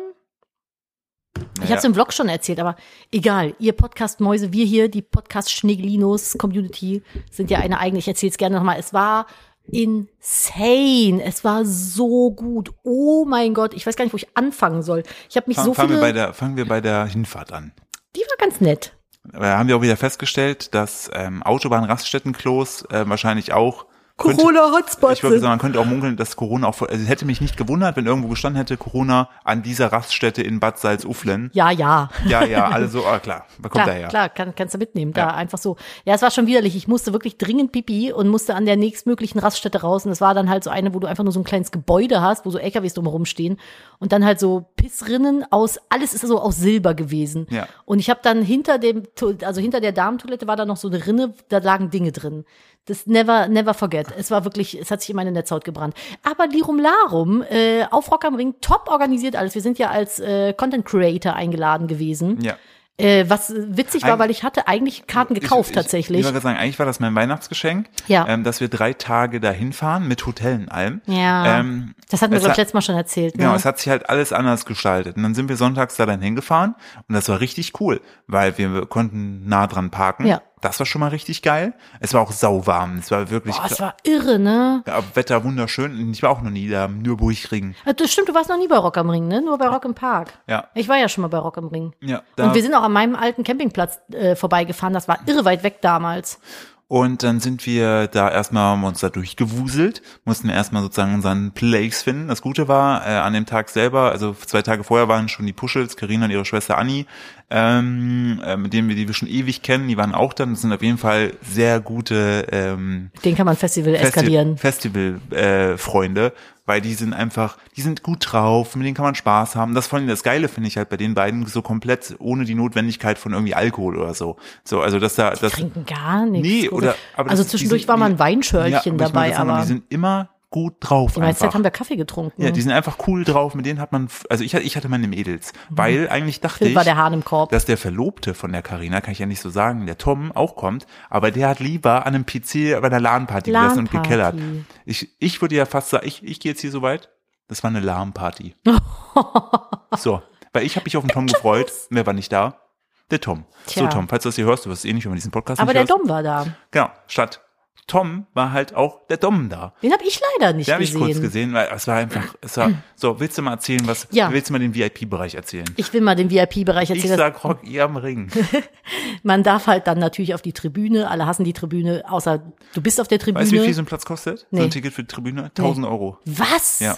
S2: Ich
S1: Naja.
S2: habe es im Vlog schon erzählt, aber egal. Ihr Podcast-Mäuse, wir hier, die Podcast-Schneglinos-Community, sind ja eine eigene. Ich erzähle es gerne nochmal. Es war insane. Es war so gut. Oh mein Gott, ich weiß gar nicht, wo ich anfangen soll. Ich habe mich
S1: Fang,
S2: so
S1: fangen,
S2: viele...
S1: wir bei der, fangen wir bei der Hinfahrt an.
S2: die war ganz nett.
S1: Da haben wir auch wieder festgestellt, dass ähm, Autobahn-Raststättenklos äh, wahrscheinlich auch könnte-
S2: Corona-Hotspots
S1: Ich würde sagen, man könnte auch munkeln, dass Corona auch, also es hätte mich nicht gewundert, wenn irgendwo gestanden hätte, Corona an dieser Raststätte in Bad Salzuflen.
S2: Ja, ja.
S1: Ja, ja, alles so, ah, klar, da kommt
S2: Klar,
S1: daher.
S2: klar, kann, kannst du mitnehmen,
S1: Ja.
S2: da einfach so. Ja, es war schon widerlich. Ich musste wirklich dringend pipi und musste an der nächstmöglichen Raststätte raus. Und es war dann halt so eine, wo du einfach nur so ein kleines Gebäude hast, wo so LKWs drumherum stehen. Und dann halt so Pissrinnen aus, alles ist so aus Silber gewesen.
S1: Ja.
S2: Und ich habe dann hinter dem, To- also hinter der Damentoilette war da noch so eine Rinne, da lagen Dinge drin. Das never, never forget. Es war wirklich, es hat sich in meine Netzhaut gebrannt. Aber Lirum Larum, äh, auf Rock am Ring, top organisiert alles. Wir sind ja als äh, Content Creator eingeladen gewesen.
S1: Ja.
S2: Äh, was witzig war,
S1: Eig-
S2: weil ich hatte eigentlich Karten gekauft
S1: ich, ich, Ich
S2: tatsächlich.
S1: wollte gerade sagen, eigentlich war das mein Weihnachtsgeschenk,
S2: Ja.
S1: ähm, dass wir drei Tage dahin fahren mit Hotellen allem.
S2: ja.
S1: Ähm,
S2: das hatten wir,
S1: es
S2: glaube
S1: hat-
S2: ich, letztes Mal schon erzählt.
S1: Genau,
S2: ne?
S1: es hat sich halt alles anders gestaltet. Und dann sind wir sonntags da dann hingefahren und das war richtig cool, weil wir konnten nah dran parken.
S2: Ja.
S1: Das war schon mal richtig geil. Es war auch sauwarm. Es war wirklich
S2: Boah, es war irre, ne?
S1: Ja, Wetter wunderschön. Und Ich war auch noch nie da am Nürburgring.
S2: Äh, Das stimmt, du warst noch nie bei Rock am Ring, ne? Nur bei Rock im Park.
S1: Ja.
S2: Ich war ja schon mal bei Rock am Ring.
S1: Ja, da,
S2: Und wir sind auch an meinem alten Campingplatz äh, vorbeigefahren. Das war irre weit weg damals.
S1: und dann sind wir da erstmal, haben wir uns da durchgewuselt, mussten wir erstmal sozusagen unseren Place finden. Das Gute war, äh, an dem Tag selber, also zwei Tage vorher waren schon die Puschels, Karina und ihre Schwester Anni, ähm, äh, mit denen wir die wir schon ewig kennen, die waren auch dann. Das sind auf jeden Fall sehr gute ähm,
S2: Den kann man Festival
S1: Festival-Freunde,
S2: eskalieren.
S1: Festival, äh, Freunde, weil die sind einfach, die sind gut drauf, mit denen kann man Spaß haben. Das vor allem das Geile finde ich halt bei den beiden so komplett ohne die Notwendigkeit von irgendwie Alkohol oder so. So, also dass da das
S2: Trinken gar nichts.
S1: Nee,
S2: Guck.
S1: oder- aber das
S2: also
S1: ist- die
S2: zwischendurch
S1: sind-
S2: war mal
S1: die-
S2: ein Weinschörlchen
S1: aber ich meine,
S2: dabei,
S1: das sind-
S2: aber
S1: die sind immer gut drauf
S2: die meiste Zeit
S1: einfach.
S2: haben wir Kaffee getrunken.
S1: ja, die sind einfach cool drauf, mit denen hat man, f- also ich, hatte- ich hatte meine Mädels, weil eigentlich dachte
S2: Phil Mhm. war
S1: ich,
S2: der Hahn im Korb.
S1: dass der Verlobte von der Karina, kann ich ja nicht so sagen, der Tom auch kommt, aber der hat lieber an einem PC bei einer LAN-Party gesessen und
S2: LAN-Party.
S1: gekellert. Ich, ich würde ja fast sagen, ich, ich gehe jetzt hier so weit, das war eine LAN-Party. so, weil ich habe mich auf den Tom gefreut, mehr war nicht da. Der Tom.
S2: Tja.
S1: So, Tom, falls du das hier hörst, du wirst eh nicht, wenn man diesen Podcast
S2: Aber
S1: nicht
S2: der
S1: hörst.
S2: Dom war da.
S1: Genau, statt Tom war halt auch der Dom da.
S2: Den habe ich leider nicht
S1: Den habe ich
S2: gesehen.
S1: kurz gesehen, weil es war einfach, es war, so, willst du mal erzählen, was,
S2: Ja.
S1: willst du mal den VIP-Bereich erzählen?
S2: Ich will mal den VIP-Bereich
S1: Ich
S2: erzählen.
S1: sag Rock ihr am Ring.
S2: Man darf halt dann natürlich auf die Tribüne. Alle hassen die Tribüne, außer du bist auf der Tribüne.
S1: Weißt du, wie viel so ein Platz kostet? So
S2: ne? Nee.
S1: ein Ticket für die Tribüne? 1000 Euro.
S2: Was?
S1: Ja.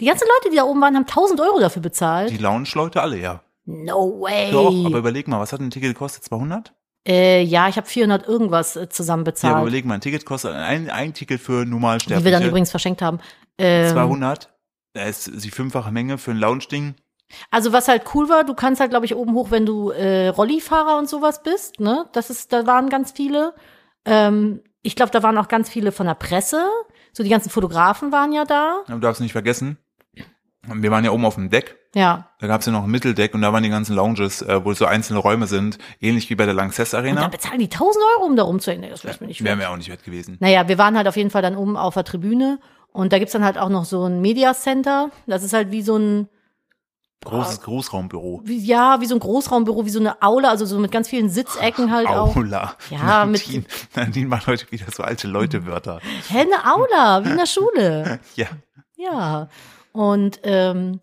S2: Die ganzen Leute, die da oben waren, haben 1000 Euro dafür bezahlt.
S1: Die Lounge-Leute alle, ja.
S2: no way.
S1: Doch, aber überleg mal, was hat ein Ticket gekostet? 200?
S2: äh, ja, ich habe 400 irgendwas äh, zusammen
S1: Ja, aber
S2: bezahlt,
S1: überleg mal, ein Ticket kostet ein, ein Ticket für
S2: die wir dann
S1: Normalsterbliche.
S2: übrigens verschenkt haben. Ähm,
S1: 200. Da ist die fünffache Menge für ein Lounge-Ding.
S2: also was halt cool war, du kannst halt, glaube ich, oben hoch, wenn du äh, Rollifahrer und sowas bist. Ne, das ist, da waren ganz viele. Ähm, ich glaube, da waren auch ganz viele von der Presse. So die ganzen Fotografen waren ja da.
S1: Aber Du darfst nicht vergessen, wir waren ja oben auf dem Deck.
S2: Ja.
S1: Da gab es ja noch ein Mitteldeck und da waren die ganzen Lounges, äh, wo so einzelne Räume sind, ähnlich wie bei der Lanxess
S2: Und
S1: Arena.
S2: dann bezahlen die 1000 Euro, um da rumzuhängen. Nee, Das wäre mir nicht wert.
S1: Wären wir auch nicht wert gewesen.
S2: Naja, wir waren halt auf jeden Fall dann oben auf der Tribüne und da gibt's dann halt auch noch so ein Media Center. Das ist halt wie so ein,
S1: Großes Großraumbüro.
S2: wie, ja, wie so ein Großraumbüro, wie so eine Aula, also so mit ganz vielen Sitzecken halt auch.
S1: Aula.
S2: Ja, mit-
S1: Nadine, Nadine macht heute wieder so alte Leute-Wörter.
S2: Hä, eine Aula, wie in der Schule.
S1: Ja.
S2: Ja. Und ähm,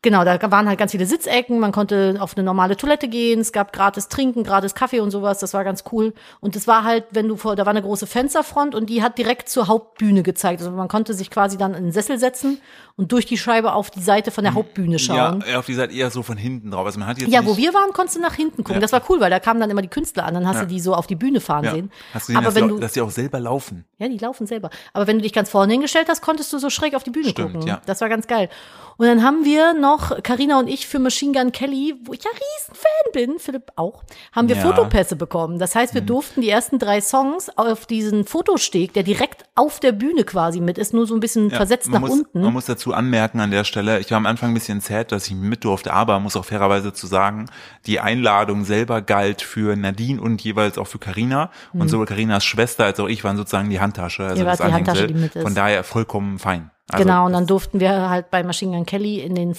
S2: genau, da waren halt ganz viele Sitzecken, man konnte auf eine normale Toilette gehen, es gab gratis Trinken, gratis Kaffee und sowas, das war ganz cool. Und es war halt, wenn du vor, da war eine große Fensterfront und die hat direkt zur Hauptbühne gezeigt. Also man konnte sich quasi dann in den Sessel setzen und durch die Scheibe auf die Seite von der
S1: Hm. Ja,
S2: Hauptbühne schauen.
S1: ja, auf die seid eher so von hinten drauf. Also man hat jetzt
S2: Ja,
S1: nicht,
S2: wo wir waren, konntest du nach hinten gucken.
S1: Ja.
S2: Das war cool, weil da kamen dann immer die Künstler an, dann hast
S1: Ja.
S2: du die so auf die Bühne fahren
S1: ja.
S2: sehen.
S1: Hast du gesehen,
S2: Aber
S1: dass,
S2: wenn
S1: die,
S2: du,
S1: auch- dass die auch selber laufen?
S2: ja, die laufen selber. Aber wenn du dich ganz vorne hingestellt hast, konntest du so schräg auf die Bühne
S1: Stimmt,
S2: gucken.
S1: ja.
S2: Das war ganz geil. Und dann haben wir noch, Carina und ich für Machine Gun Kelly, wo ich ja riesen Fan bin, Philipp auch, haben wir
S1: Ja. Mhm.
S2: Fotopässe bekommen. Das heißt, wir durften die ersten drei Songs auf diesen Fotosteg, der direkt auf der Bühne quasi mit ist, nur so ein bisschen
S1: Ja,
S2: versetzt
S1: man
S2: nach
S1: muss,
S2: unten.
S1: Man muss dazu anmerken an der Stelle, ich war am Anfang ein bisschen sad, dass ich mit durfte, aber muss auch fairerweise zu sagen, die Einladung selber galt für Nadine und jeweils auch für Karina und sowohl Karinas Schwester als auch ich waren sozusagen die Handtasche, also
S2: Ihr wart
S1: das
S2: Mhm. die
S1: Anhängsel.
S2: Handtasche, die mit ist.
S1: Von daher vollkommen fein. Also
S2: genau, und dann
S1: das-
S2: durften wir halt bei Machine Gun Kelly in den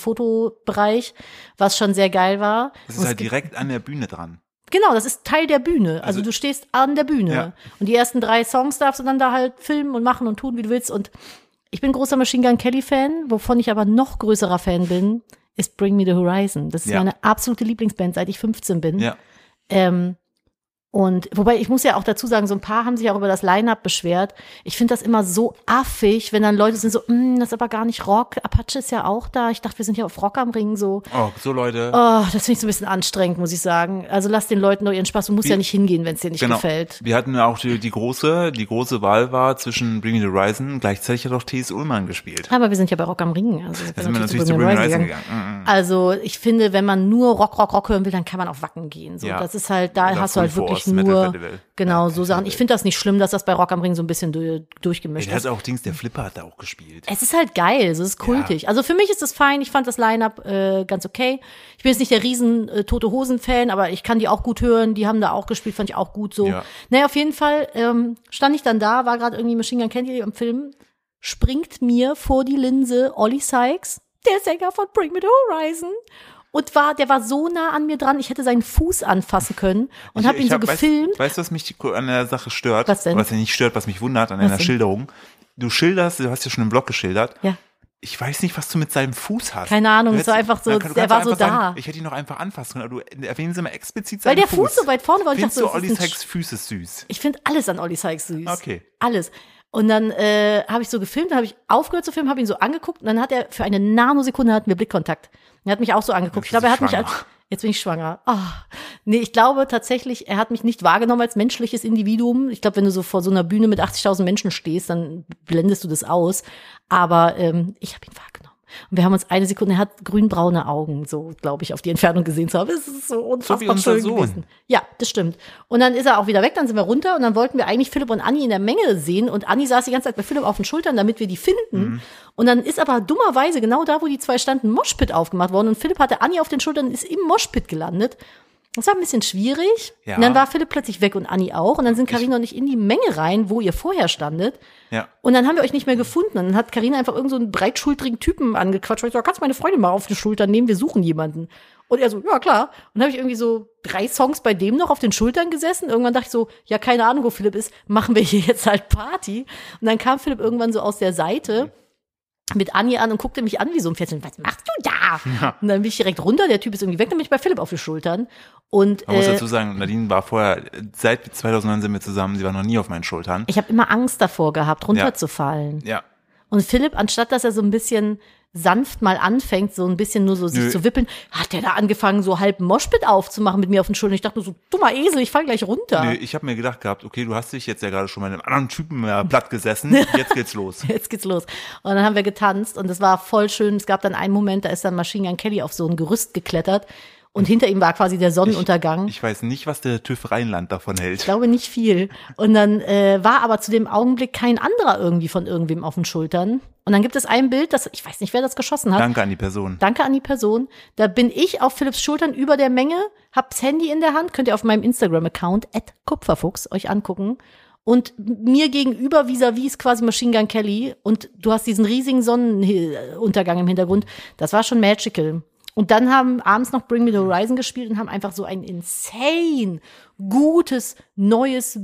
S2: Fotobereich, was schon sehr geil war.
S1: das
S2: Und
S1: ist
S2: es
S1: halt
S2: gibt-
S1: direkt an der Bühne dran.
S2: Genau, das ist Teil der Bühne. Also,
S1: Also-
S2: du stehst an der Bühne.
S1: Ja.
S2: Und die ersten drei Songs darfst du dann da halt filmen und machen und tun, wie du willst. Und ich bin großer Machine Gun Kelly-Fan, wovon ich aber noch größerer Fan bin, ist Bring Me the Horizon. Das ist
S1: Ja.
S2: meine absolute Lieblingsband, seit ich 15 bin.
S1: Ja,
S2: Ähm, und wobei ich muss ja auch dazu sagen, so ein paar haben sich auch über das Line-Up beschwert. Ich finde das immer so affig, wenn dann Leute sind so, "Mm, das ist aber gar nicht Rock. Apache ist ja auch da. Ich dachte, wir sind ja auf Rock am Ring so.
S1: oh, so Leute.
S2: Oh, das finde ich so ein bisschen anstrengend, muss ich sagen. Also lass den Leuten doch ihren Spaß. Du musst
S1: Wie-
S2: ja nicht hingehen, wenn es dir nicht
S1: Genau.
S2: gefällt.
S1: Wir hatten auch die, die große, die große Wahl war zwischen Bring Me the Horizon, gleichzeitig hat auch T.S. Ullmann gespielt.
S2: Aber wir sind ja bei Rock am Ring. Also
S1: Da sind wir natürlich zu Bring Me the Horizon gegangen. Mhm.
S2: Also ich finde, wenn man nur Rock, Rock, Rock hören will, dann kann man auf Wacken gehen. So,
S1: Ja.
S2: Das ist halt, da
S1: Oder
S2: hast du halt
S1: Full
S2: wirklich
S1: Force, Metal
S2: nur
S1: Festival.
S2: genau
S1: Ja,
S2: so Sachen. Ich finde das nicht schlimm, dass das bei Rock am Ring so ein bisschen du- durchgemischt
S1: Der hat
S2: ist.
S1: auch Dings, der Flipper hat da auch gespielt.
S2: Es ist halt geil, es ist kultig. Also für mich ist es fein, ich fand das Line-Up äh, ganz okay. Ich bin jetzt nicht der riesen äh, Tote Hosen-Fan, aber ich kann die auch gut hören, die haben da auch gespielt, fand ich auch gut so.
S1: Ja.
S2: Naja, auf jeden Fall ähm, stand ich dann da, war gerade irgendwie Machine Gun Kelly im Film, springt mir vor die Linse Ollie Sykes, der Sänger von Bring Me The Horizon. Und war, der war so nah an mir dran, ich hätte seinen Fuß anfassen können und habe ihn so gefilmt.
S1: Weißt, weißt du, was mich an der Sache stört?
S2: Was denn?
S1: Was ja nicht stört, was mich wundert an deiner
S2: denn?
S1: Schilderung. Du schilderst, du hast ja schon im Blog geschildert.
S2: Ja.
S1: Ich weiß nicht, was du mit seinem Fuß hast.
S2: Keine Ahnung,
S1: Du
S2: es war
S1: hättest-
S2: einfach so-
S1: man kann- du
S2: der
S1: kannst
S2: war
S1: einfach
S2: so da.
S1: Sagen, ich hätte ihn noch einfach anfassen können, aber du erwähnen sie mal explizit seinen
S2: Weil der Fuß so weit vorne war und ich
S1: Findest
S2: dachte,
S1: du
S2: das ist
S1: Olli
S2: ein
S1: Sykes Füße süß?
S2: Ich finde alles an Olli Sykes süß.
S1: Okay.
S2: Alles. Und dann äh, habe ich so gefilmt, dann habe ich aufgehört zu filmen, habe ihn so angeguckt und dann hat er für eine Nanosekunde hatten wir Blickkontakt. Und Er hat mich auch so
S1: Jetzt
S2: angeguckt. Ich glaube, er hat
S1: bist du
S2: mich als jetzt bin ich schwanger. Ah. Nee, ich glaube tatsächlich, er hat mich nicht wahrgenommen als menschliches Individuum. Ich glaube, wenn du so vor so einer Bühne mit 80.000 Menschen stehst, dann blendest du das aus. Aber ähm, ich habe ihn wahrgenommen. Und wir haben uns eine Sekunde, er hat grünbraune Augen, so glaube ich, auf die Entfernung gesehen zu haben. Es ist so unfassbar
S1: wie unser
S2: schön
S1: Sohn.
S2: gewesen. Ja, das stimmt. Und dann ist er auch wieder weg, dann sind wir runter und dann wollten wir eigentlich Philipp und Anni in der Menge sehen und Anni saß die ganze Zeit bei Philipp auf den Schultern, damit wir die finden. Und dann ist aber dummerweise genau da, wo die zwei standen, ein Moshpit aufgemacht worden und Philipp hatte Anni auf den Schultern und ist im Moshpit gelandet. Das war ein bisschen schwierig.
S1: Ja.
S2: Und dann war Philipp plötzlich weg und Anni auch. Und dann sind Karina und ich in die Menge rein, wo ihr vorher standet.
S1: Ja.
S2: Und dann haben wir euch nicht mehr gefunden. Und dann hat Karina einfach irgendeinen so einen breitschultrigen Typen angequatscht. Und ich so, kannst meine Freundin mal auf die Schulter nehmen, wir suchen jemanden. Und er so, ja klar. Und habe ich irgendwie so drei Songs bei dem noch auf den Schultern gesessen. Irgendwann dachte ich so, ja, keine Ahnung, wo Philipp ist, machen wir hier jetzt halt Party. Und dann kam Philipp irgendwann so aus der Seite mit Anni an und guckte mich an wie so ein Pferdchen. Was machst du da?
S1: Ja.
S2: Und dann bin ich direkt runter, der Typ ist irgendwie weg, dann bin ich bei Philipp auf die Schultern. Und
S1: Man muss
S2: äh,
S1: dazu sagen, Nadine war vorher, seit 2009 sind wir zusammen, sie war noch nie auf meinen Schultern.
S2: ich habe immer Angst davor gehabt, runterzufallen.
S1: Ja.
S2: Und Philipp, anstatt dass er so ein bisschen sanft mal anfängt, so ein bisschen nur so sich
S1: Nö.
S2: zu wippeln, hat der da angefangen, so halb Moschpit aufzumachen mit mir auf den Schultern. Ich dachte nur so, dummer Esel, ich fall gleich runter.
S1: Nee, ich habe mir gedacht gehabt, okay, du hast dich jetzt ja gerade schon bei einem anderen Typen äh, platt gesessen, jetzt geht's los.
S2: Jetzt geht's los. Und dann haben wir getanzt und das war voll schön. Es gab dann einen Moment, da ist dann Machine Gun Kelly auf so ein Gerüst geklettert und hinter ihm war quasi der Sonnenuntergang.
S1: Ich weiß nicht, was der TÜV Rheinland davon
S2: Ich
S1: hält.
S2: glaube nicht viel. Und dann äh, war aber zu dem Augenblick kein anderer irgendwie von irgendwem auf den Schultern. Und dann gibt es ein Bild, das ich weiß nicht, wer das geschossen hat.
S1: Danke an die Person.
S2: Danke an die Person. Da bin ich auf Philipps Schultern über der Menge, hab's Handy in der Hand, könnt ihr auf meinem Instagram-Account Kupferfuchs euch angucken. Und mir gegenüber vis-à-vis quasi Machine Gun Kelly und du hast diesen riesigen Sonnenuntergang im Hintergrund. Das war schon magical. Und dann haben abends noch Bring Me the Horizon gespielt und haben einfach so ein insane gutes neues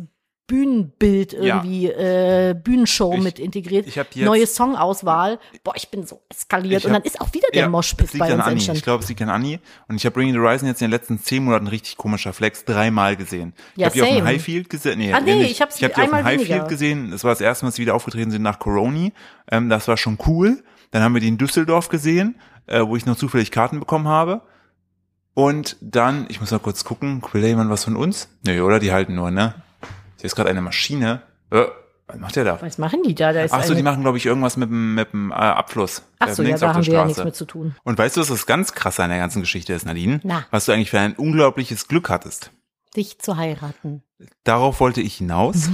S2: Bühnenbild irgendwie, äh, Bühnenshow
S1: Ich-
S2: mit integriert.
S1: ich hab jetzt-
S2: Neue Songauswahl. Boah, ich bin so eskaliert.
S1: Ich
S2: und
S1: hab-
S2: dann ist auch wieder der Moshpit
S1: es liegt
S2: bei
S1: an
S2: uns
S1: Anni. Ich
S2: entstanden.
S1: glaube, es liegt an Anni. Und ich habe Bringing the Horizon jetzt in den letzten zehn Monaten richtig komischer Flex dreimal gesehen. Ich
S2: Ja,
S1: habe die auf dem
S2: same.
S1: Highfield gesehen.
S2: Ah, nee, ich hab's
S1: ich hab die auf dem
S2: einmal
S1: Highfield
S2: weniger.
S1: gesehen. Das war das erste Mal, dass sie wieder aufgetreten sind nach Coroni. Ähm, das war schon cool. Dann haben wir die in Düsseldorf gesehen, äh, wo ich noch zufällig Karten bekommen habe. Und dann, ich muss mal kurz gucken, will da jemand was von uns? Nee, oder? Die halten nur, ne? Hier ist gerade eine Maschine. Äh, was macht der da?
S2: Was machen die da? da ist
S1: Ach so,
S2: eine-
S1: die machen, glaube ich, irgendwas mit dem, mit dem äh, Abfluss.
S2: Ach so,
S1: Äh,
S2: ja,
S1: links
S2: da
S1: auf der
S2: haben wir ja nichts
S1: Straße.
S2: mit zu tun.
S1: Und weißt du, was das ganz krasse an der ganzen Geschichte ist, Nadine?
S2: Na.
S1: Was du eigentlich für ein unglaubliches Glück hattest.
S2: Dich zu heiraten.
S1: Darauf wollte ich hinaus.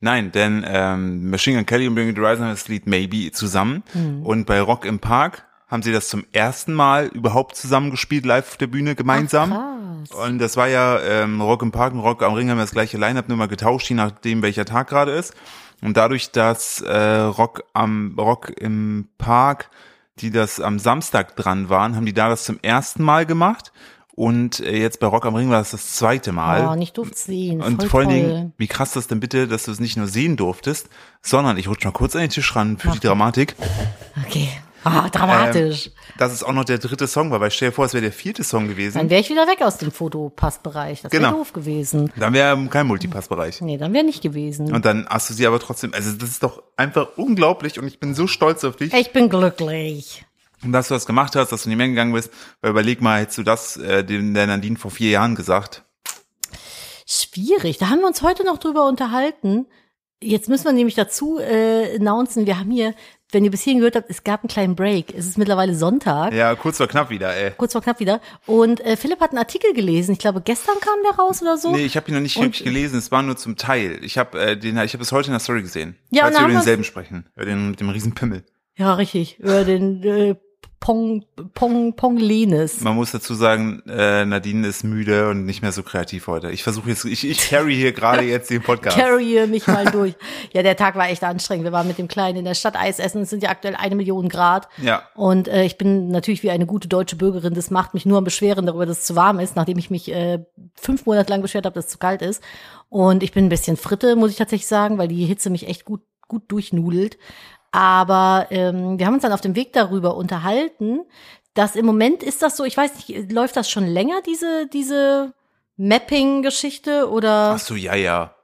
S1: Nein, denn ähm, Machine Gun Kelly und Bring Me the Horizon haben das Lied Maybe zusammen.
S2: Mhm.
S1: Und bei Rock im Park haben sie das zum ersten Mal überhaupt zusammengespielt, live auf der Bühne gemeinsam.
S2: Krass.
S1: Und das war ja ähm, Rock im Park und Rock am Ring haben das gleiche Line-Up nur mal getauscht, je nachdem welcher Tag gerade ist. Und dadurch, dass äh, Rock am Rock im Park, die das am Samstag dran waren, haben die da das zum ersten Mal gemacht. Und äh, jetzt bei Rock am Ring war das das zweite
S2: Oh,
S1: Mal.
S2: nicht durft's sehen.
S1: und
S2: Voll
S1: vor allen
S2: toll.
S1: Dingen, wie krass das denn bitte, dass du es nicht nur sehen durftest, sondern ich rutsche mal kurz an den Tisch ran für die Dramatik.
S2: Okay. Ah, dramatisch.
S1: Ähm, dass es auch noch der dritte Song war, weil stell dir vor, es wäre der vierte Song
S2: dann
S1: gewesen.
S2: wäre ich wieder weg aus dem Fotopassbereich. Das wäre
S1: Genau.
S2: doof gewesen.
S1: Dann wäre kein Multipassbereich.
S2: Nee, dann wäre nicht gewesen.
S1: Und dann hast du sie aber trotzdem, also das ist doch einfach unglaublich und ich bin so stolz auf dich,
S2: ich bin glücklich.
S1: dass du das gemacht hast, dass du in die Menge gegangen bist, weil überleg mal, hättest du das äh, dem, der Nadine vor vier Jahren gesagt.
S2: Schwierig. Da haben wir uns heute noch drüber unterhalten. Jetzt müssen wir nämlich dazu äh, announcen, wir haben hier, wenn ihr bis hierhin gehört habt, es gab einen kleinen Break. Es ist mittlerweile Sonntag.
S1: Ja, kurz vor knapp wieder, ey.
S2: Kurz vor knapp wieder. Und äh, Philipp hat einen Artikel gelesen. Ich glaube, gestern kam der raus oder so.
S1: Nee, ich habe ihn noch nicht
S2: Und-
S1: wirklich gelesen, es war nur zum Teil. Ich habe äh, den, ich habe es heute in der Story gesehen.
S2: Ja,
S1: Falls wir über
S2: und dann haben
S1: denselben sprechen, über den mit dem riesen Pimmel.
S2: Ja, richtig. Über den äh, Pong, Pong, Pong Lenes.
S1: Man muss dazu sagen, äh, Nadine ist müde und nicht mehr so kreativ heute. Ich versuche jetzt, ich, ich carry hier gerade jetzt den Podcast.
S2: Carry mich mal durch. ja, der Tag war echt anstrengend. Wir waren mit dem Kleinen in der Stadt Eis essen. Es sind ja aktuell eine Million Grad.
S1: Ja.
S2: Und äh, ich bin natürlich wie eine gute deutsche Bürgerin. Das macht mich nur am Beschweren darüber, dass es zu warm ist, nachdem ich mich äh, fünf Monate lang beschwert habe, dass es zu kalt ist. Und ich bin ein bisschen fritte, muss ich tatsächlich sagen, weil die Hitze mich echt gut, gut durchnudelt. Aber ähm, wir haben uns dann auf dem Weg darüber unterhalten, dass im Moment ist das so, ich weiß nicht, läuft das schon länger, diese, diese Mapping-Geschichte oder?
S1: Ach so, ja, ja.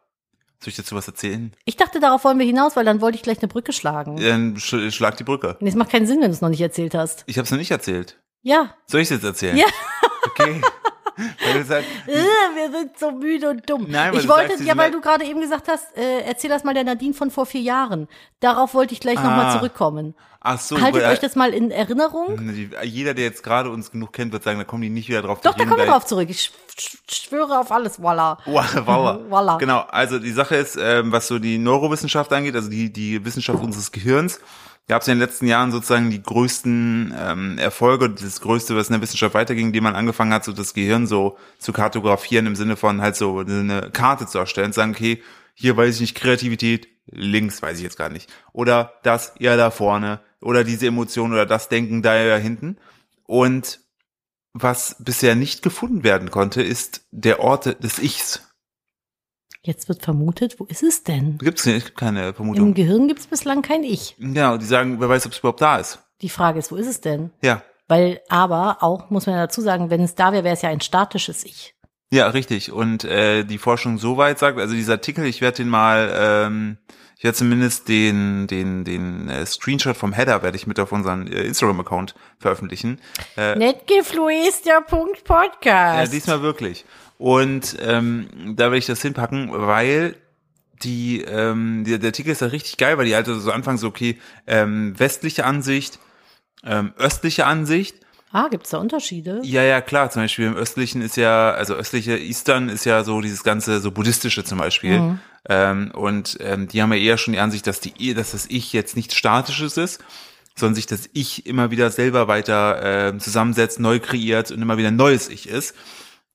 S1: Soll ich dazu was erzählen?
S2: Ich dachte, darauf wollen wir hinaus, weil dann wollte ich gleich eine Brücke schlagen. Ja.
S1: Dann sch schlag die Brücke.
S2: Nee, es macht keinen Sinn, wenn du es noch nicht erzählt hast.
S1: Ich habe es noch nicht erzählt.
S2: Ja.
S1: Soll ich es jetzt erzählen?
S2: Ja.
S1: Okay. Weil halt- du sagst,
S2: Äh, wir sind so müde und dumm.
S1: Nein, weil
S2: ich
S1: du
S2: wollte,
S1: sagst, die
S2: ja,
S1: sind
S2: weil
S1: halt-
S2: du gerade eben gesagt hast, äh, erzähl das mal der Nadine von vor vier Jahren. Darauf wollte ich gleich
S1: Ah.
S2: nochmal zurückkommen.
S1: ach so,
S2: Haltet
S1: weil-
S2: euch das mal in Erinnerung.
S1: Jeder, der jetzt gerade uns genug kennt, wird sagen, da kommen die nicht wieder drauf.
S2: Doch, da kommen wir
S1: wir
S2: drauf zurück. Ich sch- sch- schwöre auf alles, voila.
S1: Wow, wow.
S2: Voila.
S1: Genau, also die Sache ist, ähm, was so die Neurowissenschaft angeht, also die, die Wissenschaft unseres Gehirns, gab es in den letzten Jahren sozusagen die größten ähm, Erfolge, das Größte, was in der Wissenschaft weiterging, indem man angefangen hat, so das Gehirn so zu kartografieren, im Sinne von halt so eine Karte zu erstellen, zu sagen, okay, hier weiß ich nicht, Kreativität, links weiß ich jetzt gar nicht. Oder das, ja da vorne. Oder diese Emotion oder das Denken da ja hinten. Und was bisher nicht gefunden werden konnte, ist der Ort des Ichs.
S2: Jetzt wird vermutet, wo ist es denn?
S1: Gibt's nicht, gibt keine
S2: Im
S1: Vermutung.
S2: Gehirn gibt es bislang kein Ich.
S1: Genau, die sagen, wer weiß, ob es überhaupt da ist.
S2: Die Frage ist, wo ist es denn?
S1: Ja,
S2: Weil aber auch, muss man dazu sagen, wenn es da wäre, wäre es ja ein statisches Ich.
S1: ja, richtig. Und äh, die Forschung soweit sagt, also dieser Artikel, ich werde den mal, ähm, ich werde zumindest den den den äh, Screenshot vom Header werde ich mit auf unseren äh, Instagram-Account veröffentlichen. Äh,
S2: Netgefluester.podcast.
S1: Ja, diesmal wirklich. Und ähm, da will ich das hinpacken, weil die, ähm, der, der Artikel ist ja richtig geil, weil die halt so anfangen so, okay, ähm, westliche Ansicht, ähm, östliche Ansicht.
S2: Ah, gibt's da Unterschiede?
S1: Ja, ja, klar, zum Beispiel im Östlichen ist ja, also östliche Eastern ist ja so dieses ganze, so buddhistische zum Beispiel. Ähm, und ähm, die haben ja eher schon die Ansicht, dass die, dass das Ich jetzt nichts Statisches ist, sondern sich das Ich immer wieder selber weiter ähm, zusammensetzt, neu kreiert und immer wieder ein neues Ich ist.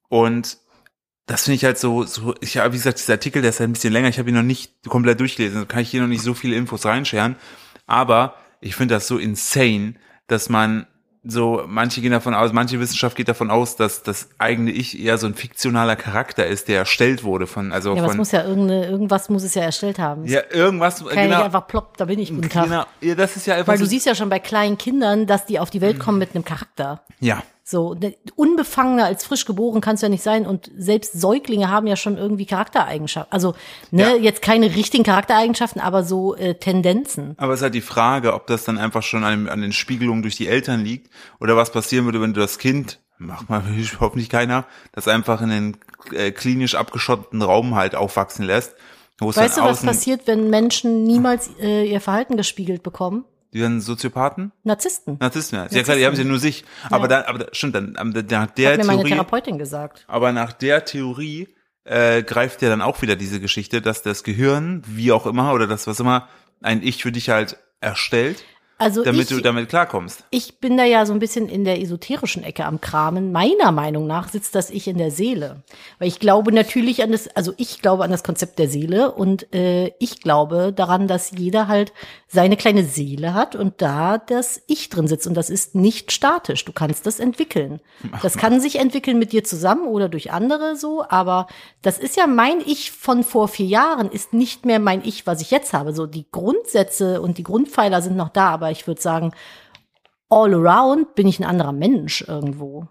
S1: Und das finde ich halt so, so ich habe, wie gesagt, dieser Artikel, der ist halt ein bisschen länger, ich habe ihn noch nicht komplett durchgelesen, da kann ich hier noch nicht so viele Infos reinscheren, aber ich finde das so insane, dass man so, manche gehen davon aus, manche Wissenschaft geht davon aus, dass das eigene Ich eher so ein fiktionaler Charakter ist, der erstellt wurde von, also
S2: Ja, aber es
S1: von,
S2: muss ja irgendeine, irgendwas muss es ja erstellt haben. Es
S1: ja, irgendwas,
S2: kann ja nicht
S1: genau,
S2: einfach plopp, da bin ich guten Tag.
S1: genau, ja, das ist ja einfach
S2: Weil
S1: so,
S2: du siehst ja schon bei kleinen Kindern, dass die auf die
S1: Mhm.
S2: Welt kommen mit einem Charakter.
S1: ja,
S2: So, ne, unbefangener als frisch geboren kannst du ja nicht sein und selbst Säuglinge haben ja schon irgendwie Charaktereigenschaften. Also, ne,
S1: Ja.
S2: jetzt keine richtigen Charaktereigenschaften, aber so äh, Tendenzen.
S1: Aber es ist halt die Frage, ob das dann einfach schon an, dem, an den Spiegelungen durch die Eltern liegt oder was passieren würde, wenn du das Kind, mach mal hoffentlich keiner, das einfach in den äh, klinisch abgeschotteten Raum halt aufwachsen lässt. Wo es
S2: Weißt du,
S1: dann
S2: was
S1: außen,
S2: passiert, wenn Menschen niemals äh, ihr Verhalten gespiegelt bekommen?
S1: Die werden Soziopathen?
S2: Narzissten.
S1: Narzissten. Ja, klar, die haben sie nur sich. Aber
S2: Ja.
S1: dann, aber da- stimmt, dann, aber nach der
S2: Hat mir meine
S1: Theorie,
S2: Therapeutin gesagt.
S1: aber nach der Theorie äh, greift ja dann auch wieder diese Geschichte, dass das Gehirn, wie auch immer, oder das, was immer, ein Ich für dich halt erstellt,
S2: Also
S1: damit
S2: ich,
S1: du damit klarkommst.
S2: ich bin da ja so ein bisschen in der esoterischen Ecke am Kramen. Meiner Meinung nach sitzt das Ich in der Seele. Weil ich glaube natürlich an das, also ich glaube an das Konzept der Seele und äh, ich glaube daran, dass jeder halt seine kleine Seele hat und da das Ich drin sitzt. Und das ist nicht statisch. Du kannst das entwickeln. Das kann sich entwickeln mit dir zusammen oder durch andere so, aber das ist ja mein Ich von vor vier Jahren, ist nicht mehr mein Ich, was ich jetzt habe. So die Grundsätze und die Grundpfeiler sind noch da, aber ich würde sagen, all around bin ich ein anderer Mensch irgendwo.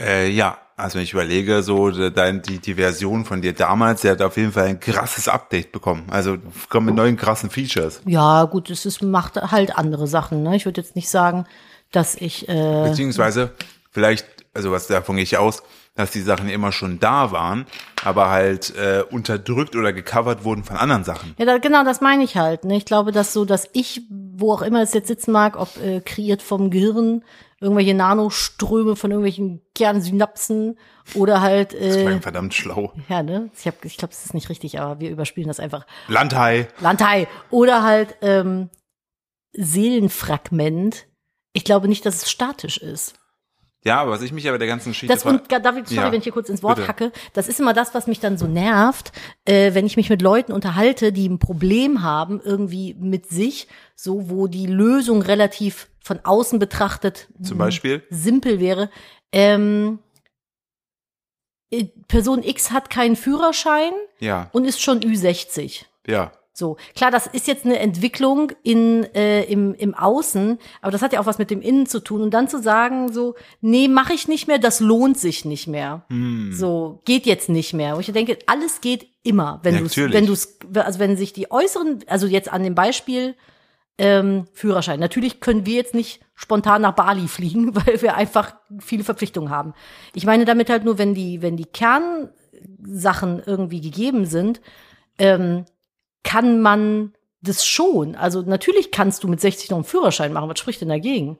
S1: Äh, ja, also wenn ich überlege, so de- dein, die, die Version von dir damals, die hat auf jeden Fall ein krasses Update bekommen. Also kommen mit neuen krassen Features.
S2: Ja, gut, es ist, macht halt andere Sachen. Ne? Ich würde jetzt nicht sagen, dass ich äh,
S1: Beziehungsweise, vielleicht, also was davon gehe ich aus, dass die Sachen immer schon da waren, aber halt äh, unterdrückt oder gecovert wurden von anderen Sachen.
S2: Ja, da, genau, das meine ich halt. Ne? Ich glaube, dass so, dass ich, wo auch immer es jetzt sitzen mag, ob äh, kreiert vom Gehirn, irgendwelche Nanoströme von irgendwelchen Kernsynapsen oder halt,
S1: Das klang
S2: äh,
S1: verdammt schlau.
S2: ja, ne? Ich, hab- ich glaube, es ist nicht richtig, aber wir überspielen das einfach.
S1: Landhai.
S2: Landei. Oder halt ähm, Seelenfragment. Ich glaube nicht, dass es statisch ist.
S1: Ja, aber was ich mich aber der ganzen Geschichte
S2: Das und darf ich, sorry,
S1: Ja.
S2: wenn ich hier kurz ins Wort
S1: Bitte.
S2: hacke. Das ist immer das, was mich dann so nervt, äh, wenn ich mich mit Leuten unterhalte, die ein Problem haben irgendwie mit sich, so wo die Lösung relativ von außen betrachtet
S1: zum Beispiel.
S2: simpel wäre. Ähm, äh, Person X hat keinen Führerschein
S1: Ja,
S2: und ist schon Ü60.
S1: ja.
S2: So, klar, das ist jetzt eine Entwicklung in, äh, im, im Außen, aber das hat ja auch was mit dem Innen zu tun. Und dann zu sagen, so, nee, mache ich nicht mehr, das lohnt sich nicht mehr.
S1: Hm.
S2: So, geht jetzt nicht mehr. Und ich denke, alles geht immer, wenn
S1: Ja,
S2: du es,
S1: natürlich.
S2: wenn du es, also wenn sich die äußeren, also jetzt an dem Beispiel, ähm, Führerschein. Natürlich können wir jetzt nicht spontan nach Bali fliegen, weil wir einfach viele Verpflichtungen haben. Ich meine damit halt nur, wenn die, wenn die Kernsachen irgendwie gegeben sind, ähm, kann man das schon. Also natürlich kannst du mit 60 noch einen Führerschein machen. Was spricht denn dagegen?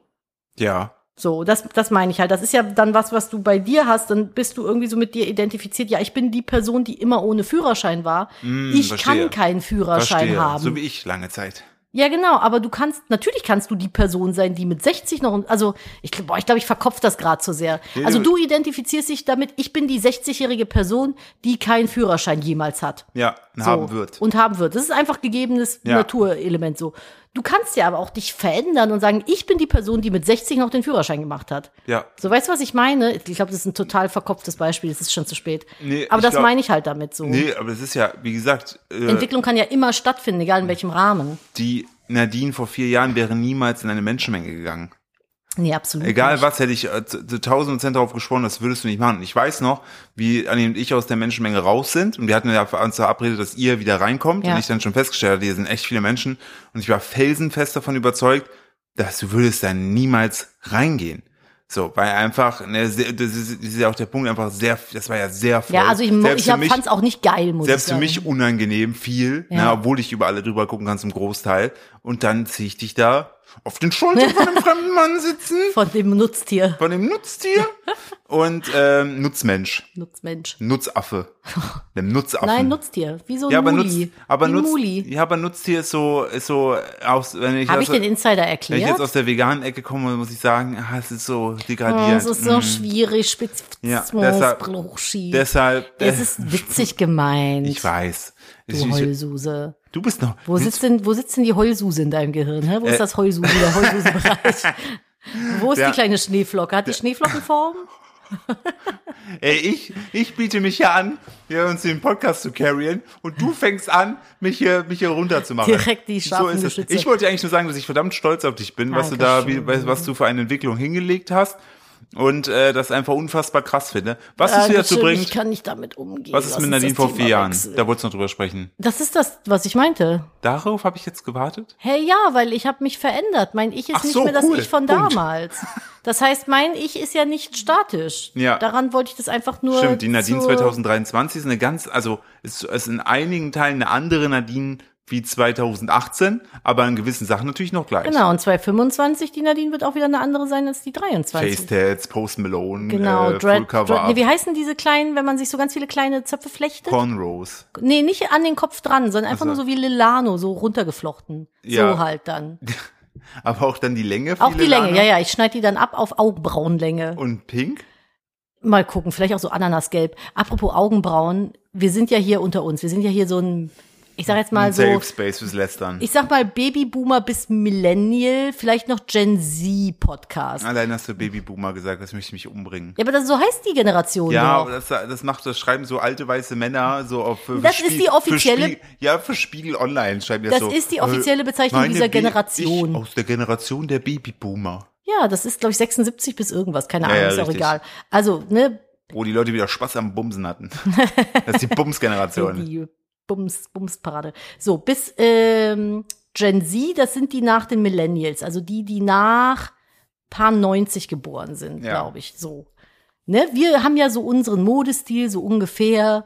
S1: Ja.
S2: So, das, das meine ich halt. Das ist ja dann was, was du bei dir hast. Dann bist du irgendwie so mit dir identifiziert. Ja, ich bin die Person, die immer ohne Führerschein war. ich
S1: Mm, verstehe.
S2: kann keinen Führerschein
S1: Verstehe.
S2: haben.
S1: So wie ich lange Zeit.
S2: ja, genau. Aber du kannst, natürlich kannst du die Person sein, die mit 60 noch, also ich, gl- boah, ich glaube, ich verkopf das gerade zu sehr.
S1: Nee,
S2: Also
S1: du-
S2: du identifizierst dich damit, ich bin die 60-jährige Person, die keinen Führerschein jemals hat.
S1: Ja, Und
S2: so.
S1: haben wird.
S2: Und haben wird. Das ist einfach gegebenes
S1: Ja.
S2: Naturelement so. Du kannst ja aber auch dich verändern und sagen, ich bin die Person, die mit 60 noch den Führerschein gemacht hat.
S1: Ja.
S2: So, weißt du, was ich meine? Ich glaube, das ist ein total verkopftes Beispiel, es ist schon zu spät.
S1: Nee,
S2: aber
S1: ich
S2: das
S1: glaub-
S2: meine ich halt damit so.
S1: Nee, aber es ist ja, wie gesagt, äh,
S2: Entwicklung kann ja immer stattfinden, egal in welchem Rahmen.
S1: die Nadine vor vier Jahren wäre niemals in eine Menschenmenge gegangen.
S2: Nee, absolut.
S1: Egal
S2: nicht.
S1: was, hätte ich äh, zu zu 1000 Prozent darauf geschworen, das würdest du nicht machen. Und Ich weiß noch, wie Anni und ich aus der Menschenmenge raus sind und wir hatten ja uns verabredet, dass ihr wieder reinkommt
S2: Ja.
S1: und ich dann schon festgestellt hatte, hier sind echt viele Menschen und ich war felsenfest davon überzeugt, dass du würdest da niemals reingehen. So, weil einfach, ne, sehr- das ist, das ist ja auch der Punkt, einfach sehr, das war ja sehr voll.
S2: Ja, also ich,
S1: Selbst
S2: ich
S1: für
S2: fand
S1: mich-
S2: es auch nicht geil, muss ich
S1: selbst für
S2: sagen.
S1: mich unangenehm viel,
S2: Ja.
S1: ne, obwohl ich über alle drüber gucken kann zum Großteil. Und dann zieh ich dich da auf den Schultern von einem fremden Mann sitzen,
S2: Von dem Nutztier,
S1: von dem Nutztier und ähm, Nutzmensch,
S2: Nutzmensch.
S1: Nutzaffe, dem Nutzaffen.
S2: Nein, Nutztier. Wie so ein
S1: ja, aber
S2: Muli.
S1: Nutz, aber
S2: Wie ein
S1: Nutz,
S2: Muli.
S1: ja, aber Nutztier ist so, ist so aus, wenn ich,
S2: Habe
S1: aus,
S2: ich den Insider
S1: wenn ich jetzt
S2: erklärt?
S1: aus der veganen Ecke komme, muss ich sagen, ah, es ist so
S2: Oh,
S1: degradiert.
S2: es ist so
S1: Mm.
S2: schwierig,
S1: Ja,
S2: Spezifismus,
S1: deshalb-
S2: Bruchschi.
S1: Deshalb,
S2: Es
S1: äh,
S2: ist witzig gemeint.
S1: ich weiß. Ich,
S2: Du
S1: ich,
S2: Heulsuse.
S1: du bist noch,
S2: Wo sitzt denn, wo sitzt denn die Heulsuse in deinem Gehirn? Hä? Wo
S1: Äh.
S2: ist das Heulsuse, der Heulsusenbereich? wo ist
S1: Der-
S2: die kleine Schneeflocke? Hat die Schneeflockenform?
S1: Ey, ich, ich biete mich ja an, hier uns den Podcast zu carryen und du fängst an, mich hier, mich hier runterzumachen.
S2: Direkt die scharfen
S1: es.
S2: Geschütze.
S1: Ich wollte eigentlich nur sagen, dass ich verdammt stolz auf dich bin, was du da, wie,
S2: Dankeschön.
S1: was was du für eine Entwicklung hingelegt hast und äh, das einfach unfassbar krass finde. Was es wieder
S2: Dankeschön,
S1: dazu
S2: Äh, Ich
S1: bringt,
S2: kann nicht damit umgehen.
S1: was ist
S2: Lass
S1: mit
S2: uns das
S1: Nadine vor
S2: Thema
S1: vier Jahren?
S2: wechseln.
S1: Da wolltest du noch drüber sprechen.
S2: Das ist das, was ich meinte.
S1: Darauf habe ich jetzt gewartet?
S2: Hey, ja, weil ich habe mich verändert. Mein Ich ist
S1: Ach
S2: nicht
S1: so,
S2: mehr das
S1: cool.
S2: Ich von
S1: Punkt.
S2: damals. Das heißt, mein Ich ist ja nicht statisch.
S1: Ja.
S2: Daran wollte ich das einfach nur.
S1: Stimmt, die Nadine
S2: zur-
S1: 2023 ist eine ganz, also ist, ist in einigen Teilen eine andere Nadine wie 2018, aber in gewissen Sachen natürlich noch gleich.
S2: Genau, und 2025, die Nadine wird auch wieder eine andere sein als die 23.
S1: Face-Tats, Post Malone,
S2: Genau,
S1: äh, Full
S2: Dread,
S1: Cover
S2: Dread, nee, wie
S1: Up,
S2: heißen diese kleinen, wenn man sich so ganz viele kleine Zöpfe flechtet?
S1: Cornrows.
S2: nee, nicht an den Kopf dran, sondern einfach
S1: Ach so.
S2: nur so wie Lilano, so runtergeflochten.
S1: Ja.
S2: So halt dann.
S1: Aber auch dann die Länge.
S2: Auch
S1: viele
S2: die Länge,
S1: Lana.
S2: ja, ja, ich schneide die dann ab auf Augenbrauenlänge.
S1: Und Pink.
S2: Mal gucken, vielleicht auch so Ananasgelb. Apropos Augenbrauen, wir sind ja hier unter uns, wir sind ja hier so ein, ich sag jetzt mal
S1: Ein
S2: so,
S1: Safe Space fürs Lästern.
S2: Also ich sag mal Babyboomer bis Millennial, vielleicht noch Gen Z Podcast.
S1: Allein hast du Babyboomer gesagt, das möchte ich mich umbringen.
S2: Ja, aber das, so heißt die Generation
S1: Ja,
S2: doch.
S1: aber das, das macht das Schreiben so alte weiße Männer so auf. äh, Für
S2: Das ist die offizielle-
S1: Für Spiegel, ja, für Spiegel Online schreiben die
S2: Das
S1: so.
S2: ist die offizielle
S1: äh,
S2: Bezeichnung
S1: meine
S2: dieser
S1: Ba-
S2: Generation.
S1: Ich aus der Generation der Babyboomer.
S2: Ja, das ist, glaube ich, 76 bis irgendwas, keine
S1: Ja,
S2: Ahnung,
S1: ja,
S2: ist auch
S1: richtig.
S2: egal. Also, ne,
S1: Wo die Leute wieder Spaß am Bumsen hatten. Das ist die Bums-Generation.
S2: die Bums, Bumsparade. So, bis ähm, Gen Z, das sind die nach den Millennials, also die, die nach paar 90 geboren sind,
S1: Ja.
S2: glaube ich. So. Ne? Wir haben ja so unseren Modestil, so ungefähr,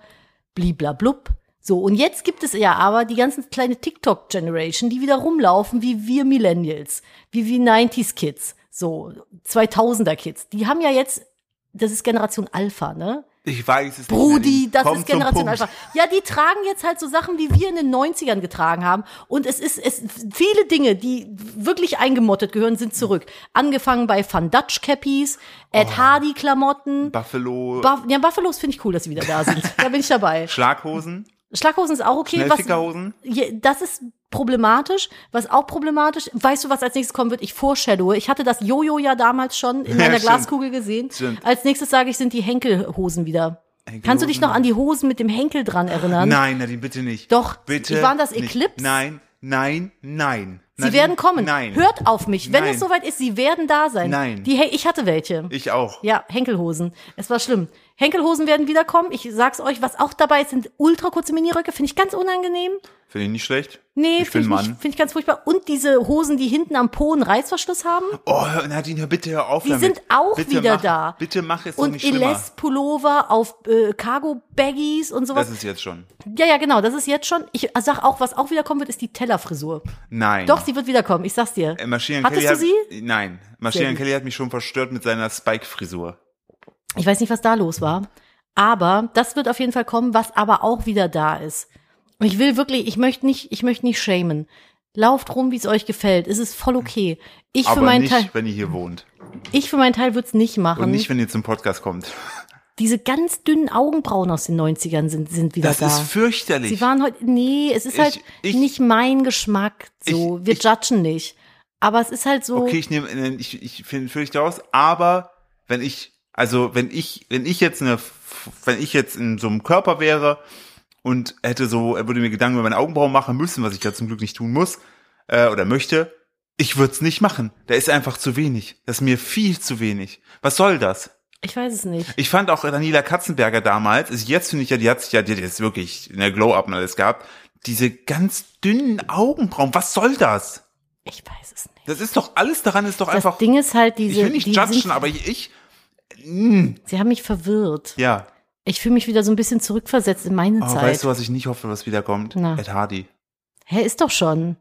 S2: bliblablub. So, und jetzt gibt es ja aber die ganzen kleine TikTok-Generation, die wieder rumlaufen wie wir Millennials, wie wir 90s-Kids, so 2000er-Kids. Die haben ja jetzt, das ist Generation Alpha, ne?
S1: Ich weiß es
S2: Brudi,
S1: nicht. Nadine.
S2: das
S1: Komm
S2: ist
S1: zum
S2: Generation
S1: Punkt.
S2: Alpha. Ja, die tragen jetzt halt so Sachen, wie wir in den 90ern getragen haben. Und es ist, es, viele Dinge, die wirklich eingemottet gehören, sind zurück. Angefangen bei Van Dutch Cappies, Ed
S1: Oh.
S2: Hardy Klamotten.
S1: Buffalo.
S2: Buff ja, Buffalos finde ich cool, dass sie wieder da sind. Da bin ich dabei.
S1: Schlaghosen.
S2: Schlaghosen ist auch okay. Was,
S1: Schnellfickerhosen.
S2: Je- das ist problematisch. Was auch problematisch, weißt du, was als nächstes kommen wird? Ich foreshadowe. Ich hatte das Jojo ja damals schon in
S1: Ja,
S2: meiner
S1: stimmt.
S2: Glaskugel gesehen.
S1: Stimmt.
S2: Als nächstes sage ich, sind die Henkelhosen wieder. Kannst du dich noch an die Hosen mit dem Henkel dran erinnern?
S1: Nein, Nadine, bitte nicht.
S2: Doch.
S1: Bitte.
S2: Waren das
S1: nicht.
S2: Eclipse?
S1: Nein, nein, nein.
S2: Sie werden kommen.
S1: Nein.
S2: Hört auf mich. Wenn
S1: Nein.
S2: es soweit ist, sie werden da sein.
S1: Nein.
S2: Die, Hen- ich hatte welche.
S1: Ich auch.
S2: ja, Henkelhosen. Es war schlimm. Henkelhosen werden wiederkommen. Ich sag's euch, was auch dabei ist, sind ultra kurze Miniröcke. Finde ich ganz unangenehm.
S1: Finde ich nicht schlecht.
S2: Nee,
S1: ich bin
S2: finde ich, nicht-
S1: Mann.
S2: finde ich ganz furchtbar. Und diese Hosen, die hinten am Po einen Reißverschluss haben.
S1: Oh, hör- Nadine, hör bitte hör auf
S2: Die
S1: damit.
S2: sind auch
S1: bitte
S2: wieder
S1: mach,
S2: da.
S1: Bitte mach es doch
S2: Und
S1: nicht schlimmer.
S2: Eles-Pullover auf äh, Cargo-Baggies und sowas.
S1: Das ist jetzt schon.
S2: ja, ja, genau. Das ist jetzt schon. Ich sag auch, was auch wiederkommen wird, ist die Tellerfrisur.
S1: Nein.
S2: Doch, sie wird wiederkommen. Ich sag's dir.
S1: Äh, Machine Gun
S2: Hattest
S1: Kelly
S2: du sie?
S1: Hat, nein. Machine
S2: Sehr
S1: Gun
S2: gut.
S1: Kelly hat mich schon verstört mit seiner Spike-Frisur.
S2: Ich weiß nicht, was da los war. Aber das wird auf jeden Fall kommen, was aber auch wieder da ist. Und ich will wirklich, ich möchte nicht, ich möchte nicht shamen. Lauft rum, wie es euch gefällt. Es ist voll okay. Ich für
S1: Aber
S2: meinen
S1: nicht,
S2: Teil,
S1: wenn ihr hier wohnt.
S2: ich für meinen Teil würde es nicht machen.
S1: Und nicht, wenn ihr zum Podcast kommt.
S2: Diese ganz dünnen Augenbrauen aus den 90ern sind, sind wieder
S1: Das
S2: da.
S1: ist fürchterlich.
S2: Sie waren heute, nee, es ist
S1: Ich-
S2: halt
S1: ich-
S2: nicht mein Geschmack, so.
S1: Ich-
S2: Wir
S1: ich-
S2: judgen nicht. Aber es ist halt so,
S1: Okay, ich nehme, ich, ich finde fürchte aus, aber wenn ich, also wenn ich, wenn ich jetzt eine, wenn ich jetzt in so einem Körper wäre und hätte so, er würde mir Gedanken über meine Augenbrauen machen müssen, was ich ja zum Glück nicht tun muss äh, oder möchte, ich würde es nicht machen. Da ist einfach zu wenig. Das ist mir viel zu wenig. Was soll das?
S2: ich weiß es nicht.
S1: Ich fand auch Daniela Katzenberger damals, also jetzt finde ich ja, die hat sich ja, die hat jetzt wirklich eine Glow-Up und alles gehabt, diese ganz dünnen Augenbrauen, was soll das?
S2: Ich weiß es nicht.
S1: Das ist doch, alles daran ist doch
S2: Das
S1: einfach
S2: Ding ist halt diese,
S1: ich will nicht
S2: die
S1: judgen,
S2: sind,
S1: aber ich, ich mh,
S2: sie haben mich verwirrt.
S1: ja.
S2: Ich fühle mich wieder so ein bisschen zurückversetzt in meine
S1: Aber
S2: Zeit.
S1: weißt du, was ich nicht hoffe, was wiederkommt?
S2: Na.
S1: Ed Hardy.
S2: Hä, ist doch schon.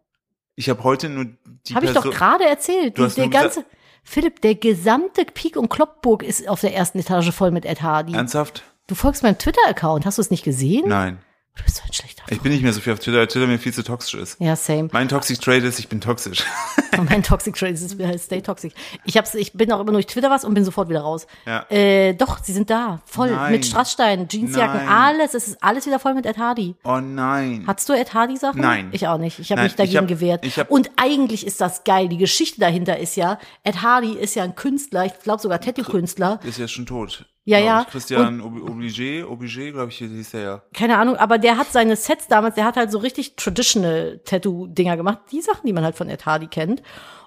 S1: Ich habe heute nur die
S2: Habe ich doch
S1: Perso-
S2: gerade erzählt.
S1: Du
S2: Die-
S1: hast
S2: der
S1: nur gesagt-
S2: ganze, Philipp, der gesamte Peak und Kloppburg ist auf der ersten Etage voll mit Ed Hardy.
S1: Ernsthaft?
S2: Du folgst meinem Twitter-Account. Hast du es nicht gesehen?
S1: Nein.
S2: Du bist so ein schlechter
S1: Ich bin nicht mehr so viel auf Twitter, weil Twitter mir viel zu toxisch ist.
S2: Ja, same.
S1: Mein Toxic Trade ist, ich bin toxisch.
S2: mein Toxic Trade ist halt stay toxic. Ich, hab's, ich bin auch immer durch Twitter was und bin sofort wieder raus.
S1: Ja.
S2: Äh, doch, sie sind da. Voll.
S1: Nein.
S2: Mit Strasssteinen, Jeansjacken,
S1: Nein.
S2: alles. Es ist alles wieder voll mit Ed Hardy.
S1: Oh nein.
S2: Hattest du Ed Hardy Sachen?
S1: Nein.
S2: Ich auch nicht. Ich habe
S1: Nein,
S2: mich dagegen
S1: ich hab-
S2: gewehrt.
S1: ich hab-
S2: und eigentlich ist das geil. Die Geschichte dahinter ist ja, Ed Hardy ist ja ein Künstler, ich glaube sogar Tattoo-Künstler.
S1: ist ja schon tot.
S2: Ja,
S1: glaub
S2: ja.
S1: ich. Christian Ob- Obligé, Obligé, glaube ich, hieß der ja.
S2: Keine Ahnung, aber der hat seine Sets damals, der hat halt so richtig traditional Tattoo-Dinger gemacht. Die Sachen, die man halt von Ed Hardy kennt.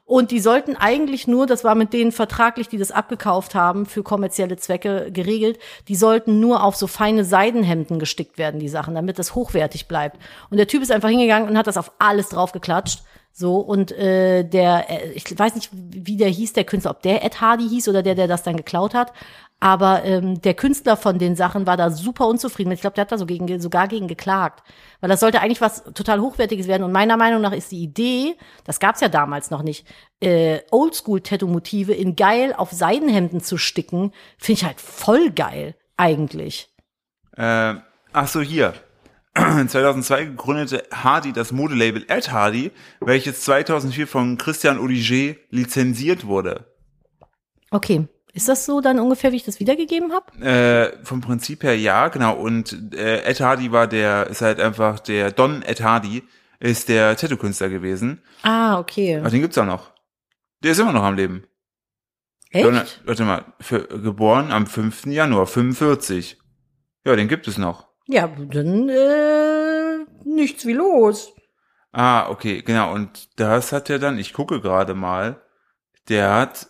S2: Und die sollten eigentlich nur, das war mit denen vertraglich, die das abgekauft haben, für kommerzielle Zwecke geregelt, die sollten nur auf so feine Seidenhemden gestickt werden, die Sachen, damit das hochwertig bleibt. Und der Typ ist einfach hingegangen und hat das auf alles draufgeklatscht. So, und äh, der, äh, ich weiß nicht, wie der hieß, der Künstler, ob der Ed Hardy hieß oder der, der das dann geklaut hat. Aber ähm, der Künstler von den Sachen war da super unzufrieden. mit. Ich glaube, der hat da so gegen, sogar gegen geklagt. Weil das sollte eigentlich was total Hochwertiges werden. Und meiner Meinung nach ist die Idee, das gab's ja damals noch nicht, äh, Oldschool-Tattoo-Motive in geil auf Seidenhemden zu sticken, finde ich halt voll geil, eigentlich.
S1: Ähm, ach so, hier. 2002 gegründete Hardy das Modelabel Ed Hardy, welches 2004 von Christian Obligé lizenziert wurde.
S2: Okay. Ist das so dann ungefähr, wie ich das wiedergegeben habe?
S1: Äh, vom Prinzip her ja, genau. Und äh, Ed Hardy war der, ist halt einfach der Don Ed Hardy, ist der Tattoo-Künstler gewesen.
S2: Ah, okay.
S1: Ach, den gibt's auch noch. Der ist immer noch am Leben. Don-
S2: Echt?
S1: warte mal, für, geboren am 5. Januar 45. Ja, den gibt es noch.
S2: Ja, dann äh, nichts wie los.
S1: Ah, okay, genau. Und das hat er dann, ich gucke gerade mal, der hat,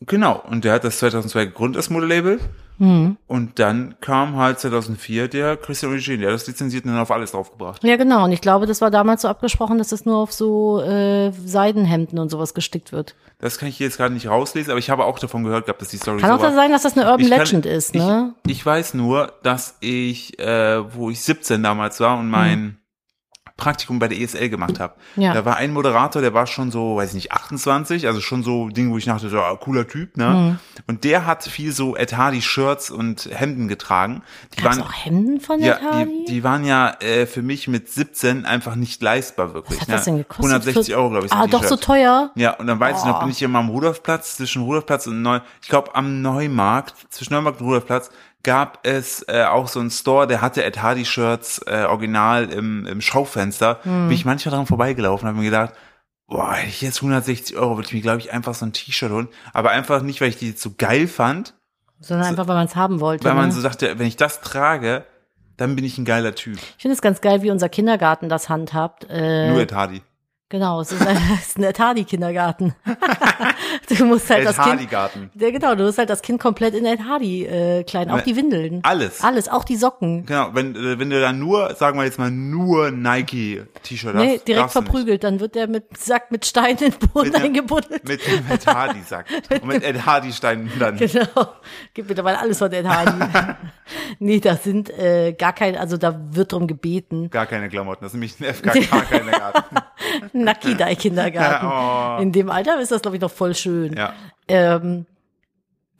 S1: genau, und der hat das 2002 gegründet, das Modelabel.
S2: Hm.
S1: Und dann kam halt 2004 der Christian Regine, der hat das lizenziert und dann auf alles draufgebracht.
S2: Ja, genau. Und ich glaube, das war damals so abgesprochen, dass das nur auf so äh, Seidenhemden und sowas gestickt wird.
S1: Das kann ich jetzt gerade nicht rauslesen, aber ich habe auch davon gehört gehabt, dass die Story
S2: Kann
S1: so
S2: auch
S1: war.
S2: das sein, dass das eine Urban
S1: Ich kann-
S2: Legend ist, ne?
S1: Ich, ich weiß nur, dass ich, äh, wo ich 17 damals war und mein Praktikum bei der ESL gemacht habe.
S2: Mhm. Ja.
S1: Da war ein Moderator, der war schon so, weiß ich nicht, 28, also schon so Dinge, wo ich dachte, so, ah, cooler Typ,
S2: Mhm.
S1: ne? Und der hat viel so Ed Hardy Shirts und Hemden getragen. Die
S2: Gab's
S1: waren
S2: auch Hemden von
S1: ja,
S2: Ed Hardy?
S1: die, die waren ja äh, für mich mit 17 einfach nicht leistbar wirklich.
S2: Was hat
S1: ne?
S2: das denn gekostet?
S1: 160
S2: Für-
S1: Euro, glaube ich. so ein
S2: Ah, doch,
S1: T-Shirt.
S2: so teuer?
S1: Ja, und dann weiß
S2: Oh.
S1: ich noch, bin ich hier mal am Rudolfplatz, zwischen Rudolfplatz und Neu, ich glaube am Neumarkt, zwischen Neumarkt und Rudolfplatz gab es äh, auch so einen Store, der hatte Ed Hardy Shirts äh, original im, im Schaufenster.
S2: Hm.
S1: Bin ich manchmal dran vorbeigelaufen, habe mir gedacht, boah, hätte ich jetzt 160 Euro, würde ich mir glaube ich einfach so ein T-Shirt holen, aber einfach nicht, weil ich die zu geil fand,
S2: Sondern einfach, weil man es haben wollte.
S1: weil man
S2: ne?
S1: so sagte, wenn ich das trage, dann bin ich ein geiler Typ.
S2: ich finde es ganz geil, wie unser Kindergarten das handhabt. Äh,
S1: Nur Ed Hardy.
S2: Genau, es ist ein, es ist ein Ed Hardy Kindergarten. du musst halt
S1: Ed
S2: das
S1: Hardy
S2: Kind,
S1: Garten.
S2: ja, genau, du musst halt das Kind komplett in Ed Hardy äh, klein, auch
S1: Weil-
S2: die Windeln.
S1: Alles.
S2: Alles, auch die Socken.
S1: Genau, wenn, äh, wenn du dann nur, sagen wir jetzt mal, nur Nike-T-Shirt hast.
S2: Nee, direkt
S1: darfst du nicht.
S2: verprügelt, dann wird der mit Sack mit Steinen in den Boden
S1: Mit dem-
S2: eingebuddelt.
S1: Mit dem Ed Hardy-Sack. Und mit Ed Hardy-Steinen dann.
S2: Genau. Gibt mittlerweile alles von Ed Hardy. nee, das sind äh, gar kein, also da wird drum gebeten.
S1: Gar keine Klamotten. Das ist nämlich ein FKK Kindergarten.
S2: Nakidai Kindergarten.
S1: Oh.
S2: In dem Alter ist das, glaube ich, noch voll schön.
S1: Ja.
S2: Ähm,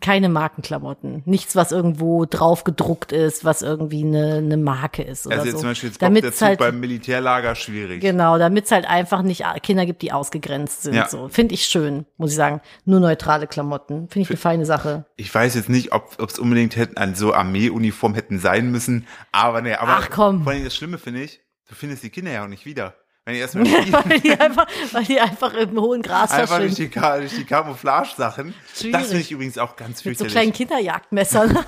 S2: keine Markenklamotten. Nichts, was irgendwo drauf gedruckt ist, was irgendwie eine, eine Marke ist oder
S1: Also jetzt
S2: so.
S1: zum Beispiel jetzt kommt
S2: Damit's
S1: der Zug
S2: halt,
S1: beim Militärlager schwierig.
S2: genau, damit es halt einfach nicht a- Kinder gibt, die ausgegrenzt sind.
S1: Ja.
S2: So. Finde ich schön, muss ich sagen. Nur neutrale Klamotten. Finde ich eine feine Sache.
S1: Ich weiß jetzt nicht, ob es unbedingt hätten, an so Armeeuniform hätten sein müssen, aber ne, aber
S2: Ach, komm.
S1: vor allem das Schlimme finde ich, du findest die Kinder ja auch nicht wieder. Wenn ihr erstmal
S2: weil, die einfach, weil die einfach im hohen Gras
S1: einfach durch
S2: verschwinden.
S1: die, Ka- durch die Camouflage-Sachen,
S2: Schwierig.
S1: das finde ich übrigens auch ganz
S2: Mit so ne?
S1: fürchterlich.
S2: kleinen Kinderjagdmessern.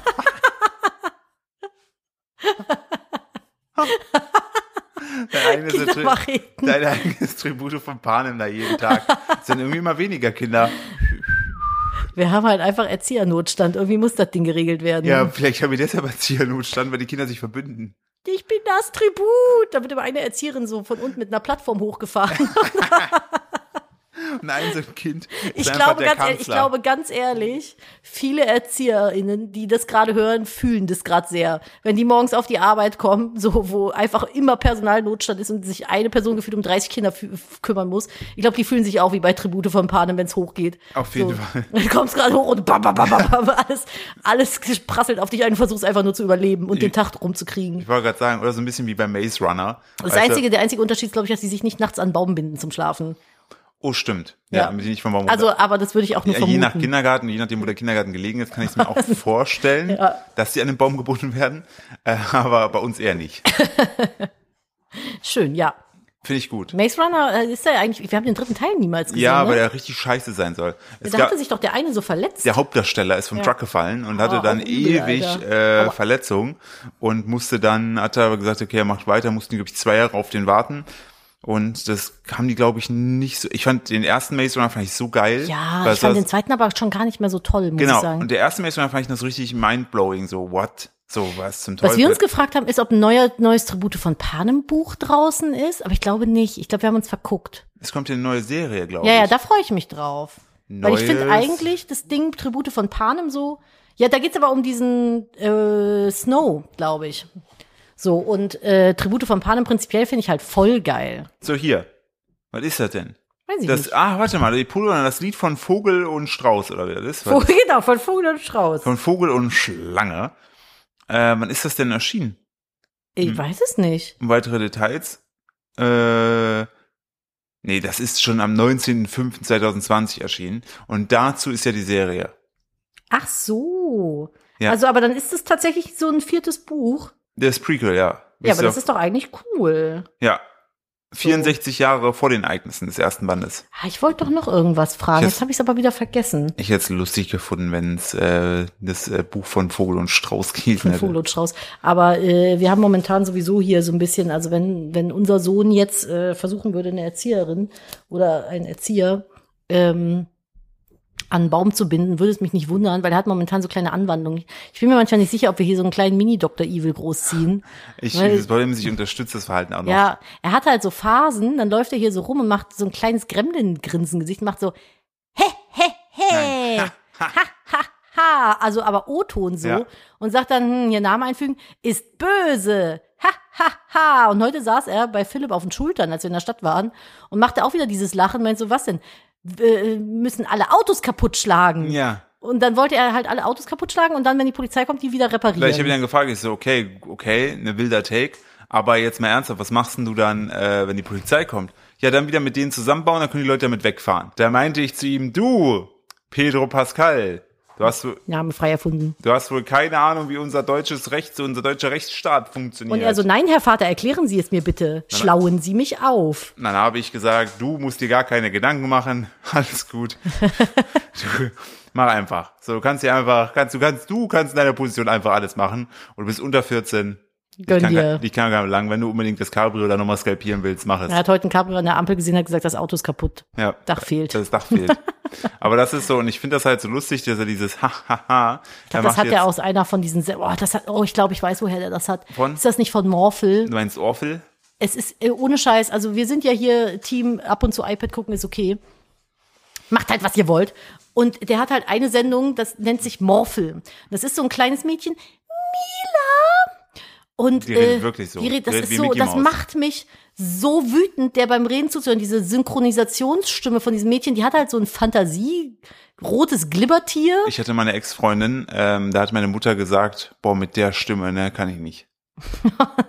S1: dein, eigenes Tri-
S2: Kindermacheten.
S1: dein eigenes Tribute von Panem da jeden Tag. Es sind irgendwie immer weniger Kinder.
S2: Wir haben halt einfach Erziehernotstand. Irgendwie muss das Ding geregelt werden.
S1: Ja, vielleicht haben wir deshalb Erzieher-Notstand, weil die Kinder sich verbünden.
S2: Ich bin das Tribut. Da wird immer eine Erzieherin so von unten mit einer Plattform hochgefahren.
S1: Und ein so ein Kind ist
S2: Ich
S1: einfach
S2: glaube,
S1: der
S2: ganz ehrlich, ich
S1: Kanzler.
S2: glaube ganz ehrlich, viele ErzieherInnen, die das gerade hören, fühlen das gerade sehr. Wenn die morgens auf die Arbeit kommen, so wo einfach immer Personalnotstand ist und sich eine Person gefühlt um 30 Kinder fü- f- kümmern muss, ich glaube, die fühlen sich auch wie bei Tribute von Panem, wenn es hochgeht.
S1: Auf jeden
S2: so.
S1: Fall.
S2: Du kommst gerade hoch und bam, bam, bam, bam, bam, alles, alles prasselt auf dich ein und versuchst einfach nur zu überleben und den Tag rumzukriegen.
S1: Ich wollte gerade sagen, oder so ein bisschen wie bei Maze Runner.
S2: Das
S1: Weißt du,
S2: einzige, der einzige Unterschied ist, glaube ich, dass sie sich nicht nachts an Baum binden zum Schlafen.
S1: Oh, stimmt. Ja,
S2: Ja.
S1: damit die nicht vom Baum
S2: Also, aber das würde ich auch nur
S1: Ja, je nach
S2: vermuten.
S1: Kindergarten, je nachdem, wo der Kindergarten gelegen ist, kann ich es mir auch vorstellen,
S2: Ja.
S1: dass die an den Baum gebunden werden. Äh, aber bei uns eher nicht.
S2: Schön, ja.
S1: Finde ich gut.
S2: Maze Runner äh, ist ja eigentlich, wir haben den dritten Teil niemals gesehen.
S1: Ja,
S2: ne?
S1: weil der richtig scheiße sein soll. Es
S2: da
S1: gab,
S2: hatte sich doch der eine so verletzt.
S1: der Hauptdarsteller ist vom Truck gefallen und hatte
S2: Oh,
S1: dann
S2: auch übel,
S1: ewig
S2: Alter.
S1: äh,
S2: Aua.
S1: Verletzungen und musste dann, hat er aber gesagt, okay, er macht weiter, mussten, glaube ich, zwei Jahre auf den warten. Und das haben die, glaube ich, nicht so. Ich fand den ersten Maze Runner fand ich so geil.
S2: ja,
S1: weil
S2: ich fand
S1: es war-
S2: den zweiten aber schon gar nicht mehr so toll, muss ich
S1: Genau.
S2: sagen.
S1: Und der erste Maze Runner fand ich noch so richtig mindblowing, so what? So was zum Teufel.
S2: Was wir uns gefragt haben, ist, ob ein neuer, neues Tribute von Panem Buch draußen ist, aber ich glaube nicht. Ich glaube, wir haben uns verguckt.
S1: Es kommt ja eine neue Serie, glaube
S2: Ja, ja,
S1: ich.
S2: da freue ich mich drauf. Weil ich finde
S1: Neues-
S2: eigentlich das Ding Tribute von Panem so. Ja, da geht's aber um diesen äh, Snow, glaube ich. So, und äh, Tribute von Panem prinzipiell finde ich halt voll geil.
S1: So, hier. Was ist das denn?
S2: Weiß ich
S1: Das,
S2: nicht.
S1: ah, warte mal, die Pulver, das Lied von Vogel und Strauß, oder wie das ist?
S2: Vogel, genau, von Vogel und Strauß.
S1: Von Vogel und Schlange. Äh, wann ist das denn erschienen? Hm.
S2: Ich weiß es nicht.
S1: Und weitere Details? Äh, nee, das ist schon am 19.05.2020 erschienen. Und dazu ist ja die Serie.
S2: Ach so.
S1: Ja.
S2: Also, aber dann ist es tatsächlich so ein viertes Buch.
S1: Das Prequel, ja.
S2: Ja, aber das ist doch eigentlich cool.
S1: ja. 64 Jahre vor den Ereignissen des ersten Bandes.
S2: Ah, Ich wollte doch noch irgendwas fragen.
S1: Ich-
S2: Jetzt habe ich es aber wieder vergessen.
S1: Ich hätte es lustig gefunden, wenn es äh, das äh, Buch von Vogel und Strauß
S2: von
S1: gewesen hätte.
S2: Vogel und Strauß. Aber äh, wir haben momentan sowieso hier so ein bisschen, also wenn, wenn unser Sohn jetzt äh, versuchen würde, eine Erzieherin oder ein Erzieher ähm, an einen Baum zu binden, würde es mich nicht wundern, weil er hat momentan so kleine Anwandlungen. Ich bin mir manchmal nicht sicher, ob wir hier so einen kleinen Mini-Dr. Evil großziehen.
S1: Ich,
S2: Weil-
S1: das Problem ist, ich unterstütze das Verhalten auch noch.
S2: Ja, er hat halt so Phasen, dann läuft er hier so rum und macht so ein kleines Gremlin-Grinsengesicht, und macht so, he, he, he, ha, ha, ha, also aber O-Ton so
S1: Ja.
S2: und sagt dann, hm, hier Namen einfügen, ist böse, ha, ha, ha. Und heute saß er bei Philipp auf den Schultern, als wir in der Stadt waren und machte auch wieder dieses Lachen, meint so, was denn? W- äh, müssen alle Autos kaputt schlagen.
S1: Ja.
S2: Und dann wollte er halt alle Autos kaputt schlagen und dann, wenn die Polizei kommt, die wieder reparieren.
S1: Vielleicht habe ich dann gefragt, ich so, okay, okay, eine wilder Take, aber jetzt mal ernsthaft, was machst denn du dann, äh, wenn die Polizei kommt? Ja, dann wieder mit denen zusammenbauen, dann können die Leute damit wegfahren. Da meinte ich zu ihm, du, Pedro Pascal, du hast, du
S2: Namen frei erfunden.
S1: hast wohl keine Ahnung, wie unser deutsches Recht, so unser deutscher Rechtsstaat funktioniert.
S2: Und er so, nein, Herr Vater, erklären Sie es mir bitte. Schlauen Sie mich auf.
S1: Und dann habe ich gesagt, du musst dir gar keine Gedanken machen, alles gut. du, mach einfach. So, du kannst dir einfach, kannst, du kannst, du kannst in deiner Position einfach alles machen und du bist unter 14. ich
S2: Gönn
S1: kann,
S2: dir.
S1: gar- Ich kann gar nicht lang, wenn du unbedingt das Cabrio da nochmal skalpieren willst, mach es.
S2: Er hat heute ein Cabrio an der Ampel gesehen, hat gesagt, das Auto ist kaputt.
S1: Ja.
S2: Dach fehlt.
S1: Das Dach fehlt. Aber das ist so, und ich finde das halt so lustig, dass er dieses ha ha ha. Ich
S2: das hat er aus einer von diesen, Se- oh, das hat, oh, ich glaube, ich weiß, woher der das hat.
S1: Von?
S2: Ist das nicht von Morphle?
S1: Du meinst Orphel?
S2: Es ist äh, ohne Scheiß, also wir sind ja hier Team ab und zu iPad gucken ist okay. Macht halt, was ihr wollt. Und der hat halt eine Sendung, das nennt sich Morphle. Das ist so ein kleines Mädchen, Und
S1: Die redet
S2: äh,
S1: wirklich so.
S2: Die redet, das
S1: Redet
S2: ist
S1: wie
S2: so,
S1: Mickey
S2: das
S1: Mouse.
S2: macht mich so wütend, der beim Reden zuzuhören. Diese Synchronisationsstimme von diesem Mädchen, die hat halt so ein Fantasie, rotes Glibbertier.
S1: Ich hatte meine Ex-Freundin, ähm, da hat meine Mutter gesagt, boah, mit der Stimme, ne, kann ich nicht.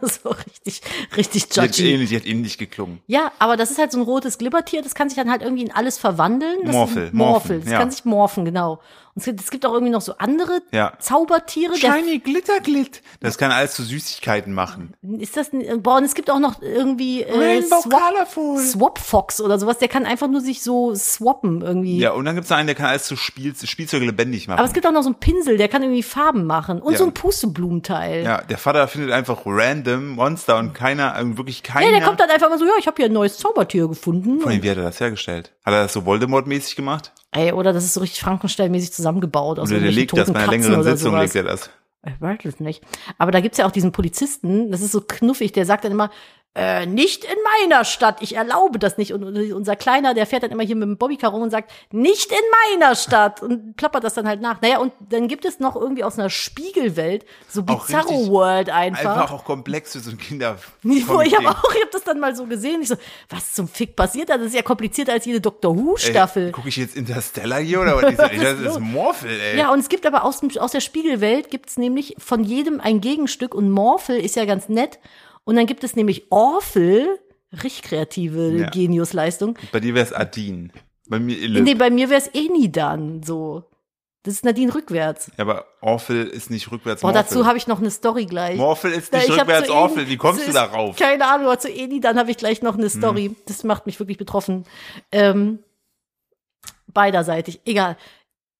S2: so richtig, richtig
S1: Die hat,
S2: judgy.
S1: ähnlich, die hat ähnlich geklungen.
S2: Ja, aber das ist halt so ein rotes Glibbertier, das kann sich dann halt irgendwie in alles verwandeln. Das
S1: Morphel,
S2: ist ein Morphel.
S1: morphen,
S2: Das
S1: ja.
S2: kann sich morphen, genau. Und es gibt, es gibt auch irgendwie noch so andere
S1: Ja.
S2: Zaubertiere. Der,
S1: Shiny Glitterglitt. Das kann alles zu Süßigkeiten machen.
S2: ist das, ein- boah, und es gibt auch noch irgendwie äh,
S1: Rainbow
S2: Swap,
S1: Colorful.
S2: Swap Fox oder sowas, der kann einfach nur sich so swappen irgendwie.
S1: Ja, und dann gibt's da einen, der kann alles zu Spiel, zu Spielzeug lebendig machen.
S2: Aber es gibt auch noch so einen Pinsel, der kann irgendwie Farben machen. Und
S1: Ja.
S2: so ein Pusteblumenteil.
S1: ja, der Vater findet einfach random Monster und keiner, äh, wirklich keiner.
S2: Ja, der kommt dann einfach mal so, ja, ich habe hier ein neues Zaubertier gefunden.
S1: Vor allem, wie hat er das hergestellt? Hat er das so Voldemort-mäßig gemacht?
S2: Ey, oder das ist so richtig Frankenstein-mäßig zusammengebaut aus
S1: Oder der
S2: irgendwelchen
S1: legt das
S2: toten
S1: bei einer
S2: Katzen
S1: längeren
S2: oder
S1: Sitzung,
S2: sowas.
S1: legt er das.
S2: Ich weiß es Äh, nicht. Aber da gibt's ja auch diesen Polizisten, das ist so knuffig, der sagt dann immer, äh, nicht in meiner Stadt, ich erlaube das nicht. Und unser Kleiner, der fährt dann immer hier mit dem Bobbycar rum und sagt, nicht in meiner Stadt und plappert das dann halt nach. Naja, und dann gibt es noch irgendwie aus einer Spiegelwelt, so
S1: Auch
S2: Bizarro
S1: richtig-
S2: World einfach.
S1: Einfach auch komplex für so ein Kinder.
S2: Wo ich aber auch, ich habe das dann mal so gesehen. Ich so, was zum Fick passiert da? Das ist ja komplizierter als jede Doctor Who-Staffel.
S1: Gucke ich jetzt Interstellar hier oder was?
S2: Was
S1: Ich-
S2: ist
S1: Das
S2: los?
S1: ist Morphel, ey.
S2: Ja, und es gibt aber aus, dem, aus der Spiegelwelt gibt's nämlich von jedem ein Gegenstück und Morphel ist ja ganz nett. Und dann gibt es nämlich Orphel, richtig kreative
S1: Ja.
S2: Geniusleistung.
S1: Bei dir wär's Adin. Bei mir Ille.
S2: Nee, bei mir wär's Enidan so. Das ist Nadine rückwärts.
S1: Ja, aber Orphel ist nicht rückwärts
S2: Boah,
S1: Morphel.
S2: dazu habe ich noch eine Story gleich.
S1: Morphel ist
S2: Na,
S1: nicht
S2: ich hab
S1: rückwärts
S2: zu
S1: Orphel.
S2: Eni-
S1: Wie kommst
S2: zu-
S1: du Hm. darauf?
S2: Keine Ahnung, aber zu Eni, dann habe ich gleich noch eine Story. Das macht mich wirklich betroffen. Ähm, beiderseitig, egal.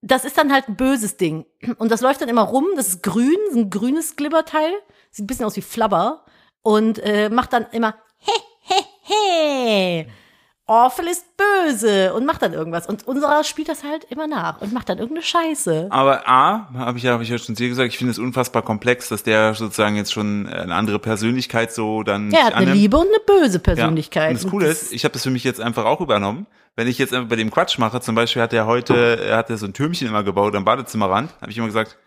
S2: Das ist dann halt ein böses Ding. Und das läuft dann immer rum, das ist grün, so ein grünes Glibberteil. Sieht ein bisschen aus wie Flabber. Und äh, macht dann immer he, he, he. Orphel ist böse und macht dann irgendwas. Und unserer spielt das halt immer nach und macht dann irgendeine Scheiße.
S1: Aber A, habe ich ja hab ich ja schon zu dir gesagt, ich finde es unfassbar komplex, dass der sozusagen jetzt schon eine andere Persönlichkeit so dann
S2: Er
S1: sich
S2: hat eine
S1: annimmt.
S2: liebe und eine böse
S1: Ja.
S2: Persönlichkeit.
S1: Und das Coole ist, ich habe das für mich jetzt einfach auch übernommen. Wenn ich jetzt einfach bei dem Quatsch mache, zum Beispiel hat er heute, er hat ja so ein Türmchen immer gebaut am Badezimmerrand, habe ich immer gesagt,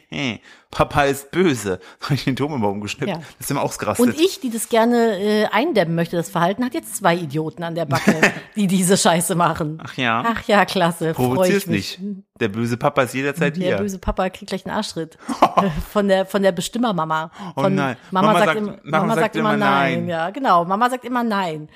S1: Papa ist böse. Habe ich den Turm immer umgeschnippt.
S2: Ja.
S1: Ist immer ausgerastet.
S2: Und ich, die das gerne äh, eindämmen möchte, das Verhalten, hat jetzt zwei Idioten an der Backe, die diese Scheiße machen.
S1: Ach ja.
S2: Ach ja, klasse. Freu ich
S1: Provozier's
S2: mich.
S1: nicht. Der böse Papa ist jederzeit
S2: Der
S1: hier.
S2: böse Papa kriegt gleich einen Arschtritt. Äh, von der von der Bestimmermama.
S1: Oh
S2: Von,
S1: nein.
S2: Mama,
S1: Mama
S2: sagt,
S1: sagt-
S2: im, Mama,
S1: Mama
S2: sagt,
S1: sagt
S2: immer
S1: immer
S2: nein.
S1: nein.
S2: Ja, genau. Mama sagt immer nein.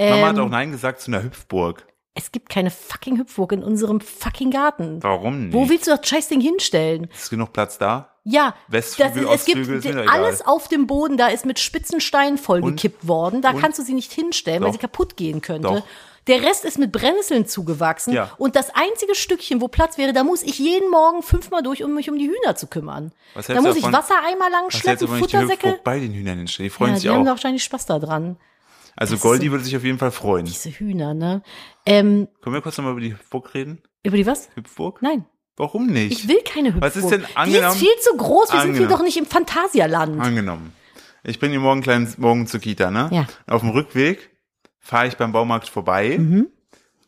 S1: Mama hat
S2: Ähm,
S1: auch Nein gesagt zu einer Hüpfburg.
S2: Es gibt keine fucking Hüpfburg in unserem fucking Garten.
S1: Warum nicht?
S2: Wo willst du das Scheißding hinstellen?
S1: ist genug Platz da?
S2: Ja,
S1: Westflügel,
S2: das ist, es gibt
S1: Ostflügel, ist mir
S2: de-
S1: doch egal.
S2: alles auf dem Boden, da ist mit Spitzensteinen vollgekippt worden. Da
S1: Und?
S2: kannst du sie nicht hinstellen, weil
S1: Doch.
S2: sie kaputt gehen könnte.
S1: Doch.
S2: Der Rest ist mit Brennnesseln zugewachsen.
S1: Ja.
S2: Und das einzige Stückchen, wo Platz wäre, da muss ich jeden Morgen fünfmal durch, um mich um die Hühner zu kümmern.
S1: Was
S2: da
S1: hältst
S2: muss
S1: du
S2: ich
S1: davon-
S2: Wassereimer lang
S1: Was hältst
S2: schleppen,
S1: du, wenn ich die
S2: Futtersäcke.
S1: Hüpfburg bei den Hühnern hinstelle? Die freuen
S2: Ja, die
S1: sich
S2: haben da
S1: auch.
S2: wahrscheinlich Spaß daran,
S1: Also
S2: ist
S1: Goldie
S2: so-
S1: würde sich auf jeden Fall freuen.
S2: diese Hühner, ne? Ähm,
S1: Können wir kurz nochmal über die Hüpfburg reden?
S2: über die was?
S1: Hüpfburg?
S2: Nein,
S1: Warum nicht?
S2: ich will keine Hüpfburg.
S1: Was ist denn
S2: Die ist
S1: angenommen-
S2: viel zu groß, wir sind hier
S1: Angenommen.
S2: doch nicht im Phantasialand.
S1: Angenommen. Ich bringe die morgen kleinen morgen zur Kita, ne?
S2: Ja.
S1: Auf dem Rückweg fahre ich beim Baumarkt vorbei
S2: Mhm.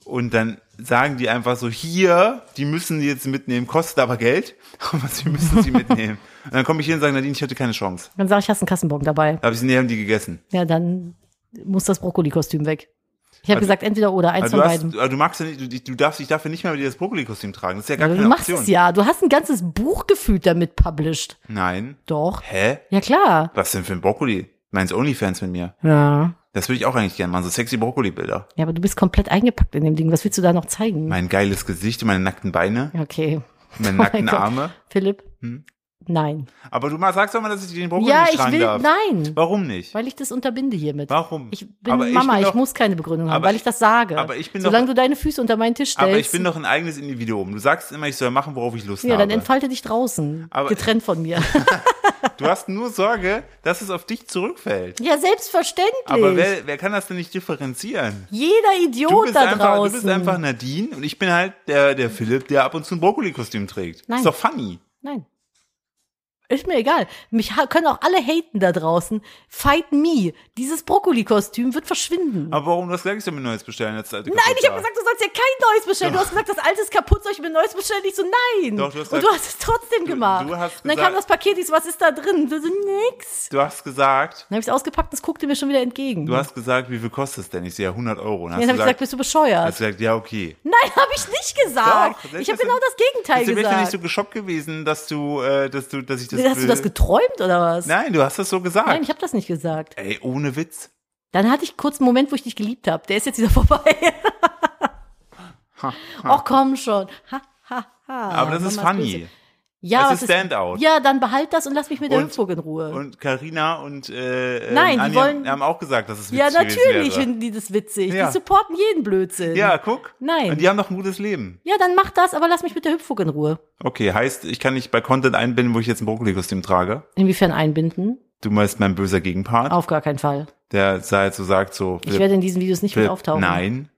S1: und dann sagen die einfach so, hier, die müssen die jetzt mitnehmen, kostet aber Geld, aber sie müssen sie mitnehmen. Und dann komme ich hin und sage, Nadine, ich hatte keine Chance.
S2: Dann sag ich, hast einen Kassenbon dabei.
S1: Da habe ich sie haben die gegessen.
S2: Ja, dann muss das Brokkolikostüm weg. Ich habe gesagt, entweder oder, eins
S1: Also
S2: von
S1: du, hast,
S2: beiden.
S1: du magst ja nicht, du, du darfst dich dafür nicht mehr wieder das Brokkoli-Kostüm tragen. Das ist ja gar
S2: Ja,
S1: keine
S2: du machst
S1: Option.
S2: es ja. Du hast ein ganzes Buch gefühlt damit published.
S1: Nein.
S2: Doch.
S1: Hä?
S2: Ja, klar.
S1: Was denn für ein Brokkoli? Meins Onlyfans mit mir.
S2: Ja.
S1: Das würde ich auch eigentlich gerne machen, so sexy Brokkoli-Bilder.
S2: Ja, aber du bist komplett eingepackt in dem Ding. Was willst du da noch zeigen?
S1: Mein geiles Gesicht, und meine nackten Beine,
S2: okay.
S1: meine
S2: Oh mein
S1: nackten
S2: Gott.
S1: Arme.
S2: Philipp?
S1: Hm?
S2: Nein.
S1: Aber du mal sagst doch mal, dass ich den Brokkoli
S2: ja,
S1: nicht
S2: ich
S1: tragen
S2: will,
S1: darf.
S2: nein.
S1: Warum nicht?
S2: Weil ich das unterbinde hiermit.
S1: Warum?
S2: Ich bin
S1: aber
S2: Mama, ich,
S1: bin doch,
S2: muss keine Begründung haben,
S1: aber
S2: weil ich
S1: ich-
S2: das sage.
S1: aber ich bin doch-
S2: Solange du deine Füße unter meinen Tisch stellst,
S1: Aber ich bin doch ein eigenes Individuum. Du sagst immer, ich soll machen, worauf ich Lust
S2: ja, dann
S1: habe.
S2: entfalte dich draußen,
S1: Aber-
S2: getrennt von mir.
S1: du hast nur Sorge, dass es auf dich zurückfällt.
S2: ja, selbstverständlich.
S1: Aber wer, wer kann das denn nicht differenzieren?
S2: Jeder Idiot
S1: Du bist,
S2: da
S1: einfach, du
S2: draußen.
S1: bist einfach Nadine und ich bin halt der, der Philipp, der ab und zu ein Brokkoli-Kostüm trägt.
S2: Nein.
S1: Ist doch funny.
S2: Nein. Ist mir egal. Mich ha- können auch alle haten da draußen. Fight me. Dieses Brokkoli-Kostüm wird verschwinden.
S1: Aber warum das gleiche mir neues bestellen? Jetzt, Nein,
S2: Nein, ich habe gesagt, du sollst ja kein neues bestellen. Du hast gesagt, das alte ist kaputt, soll ich mir ein neues bestellen? Ich so, nein.
S1: Doch, du hast
S2: und du
S1: gesagt-
S2: hast es trotzdem gemacht.
S1: du hast
S2: und dann kam
S1: gesagt-
S2: das Paket, ich so, was ist da drin? Du so, nix.
S1: Du hast gesagt,
S2: Dann habe ich es ausgepackt, das guckte mir schon wieder entgegen.
S1: du hast gesagt, wie viel kostet es denn? Ich sehe ja 100 Euro. Und hast
S2: Hm. dann habe ich gesagt,
S1: gesagt,
S2: bist du bescheuert?
S1: hast gesagt, ja, okay.
S2: Nein, habe ich nicht gesagt.
S1: Doch, das
S2: ich habe
S1: ist-
S2: genau das Gegenteil
S1: Deswegen bin ich ja nicht
S2: gesagt.
S1: so geschockt gewesen, dass du, äh, dass du, dass ich das.
S2: Hast du das geträumt oder was?
S1: Nein, du hast das so gesagt.
S2: Nein, ich habe das nicht gesagt.
S1: Ey, ohne Witz.
S2: Dann hatte ich kurz einen Moment, wo ich dich geliebt habe. Der ist jetzt wieder vorbei. Ach komm schon. Ha, ha, ha.
S1: Aber das ist
S2: Mama
S1: funny.
S2: böse. Ja,
S1: Das
S2: was
S1: ist Standout.
S2: Ja, dann behalt das und lass mich mit der
S1: Und-
S2: Hüpfburg in Ruhe.
S1: Und Karina und äh, äh,
S2: Nein, die
S1: Anja
S2: wollen-
S1: haben auch gesagt, dass es witzig
S2: ja, natürlich
S1: gewesen wäre.
S2: finden die das witzig.
S1: Ja.
S2: Die supporten jeden Blödsinn.
S1: Ja, guck.
S2: Nein.
S1: Und die haben doch ein gutes Leben.
S2: Ja, dann mach das, aber lass mich mit der Hüpfburg in Ruhe.
S1: Okay, heißt, ich kann nicht bei Content einbinden, wo ich jetzt ein Brokkoli-Kostüm trage.
S2: Inwiefern einbinden?
S1: Du meinst mein böser Gegenpart,
S2: Auf gar keinen Fall.
S1: der halt so sagt so.
S2: Ich werde in diesen Videos nicht
S1: Philipp,
S2: mehr auftauchen.
S1: Nein.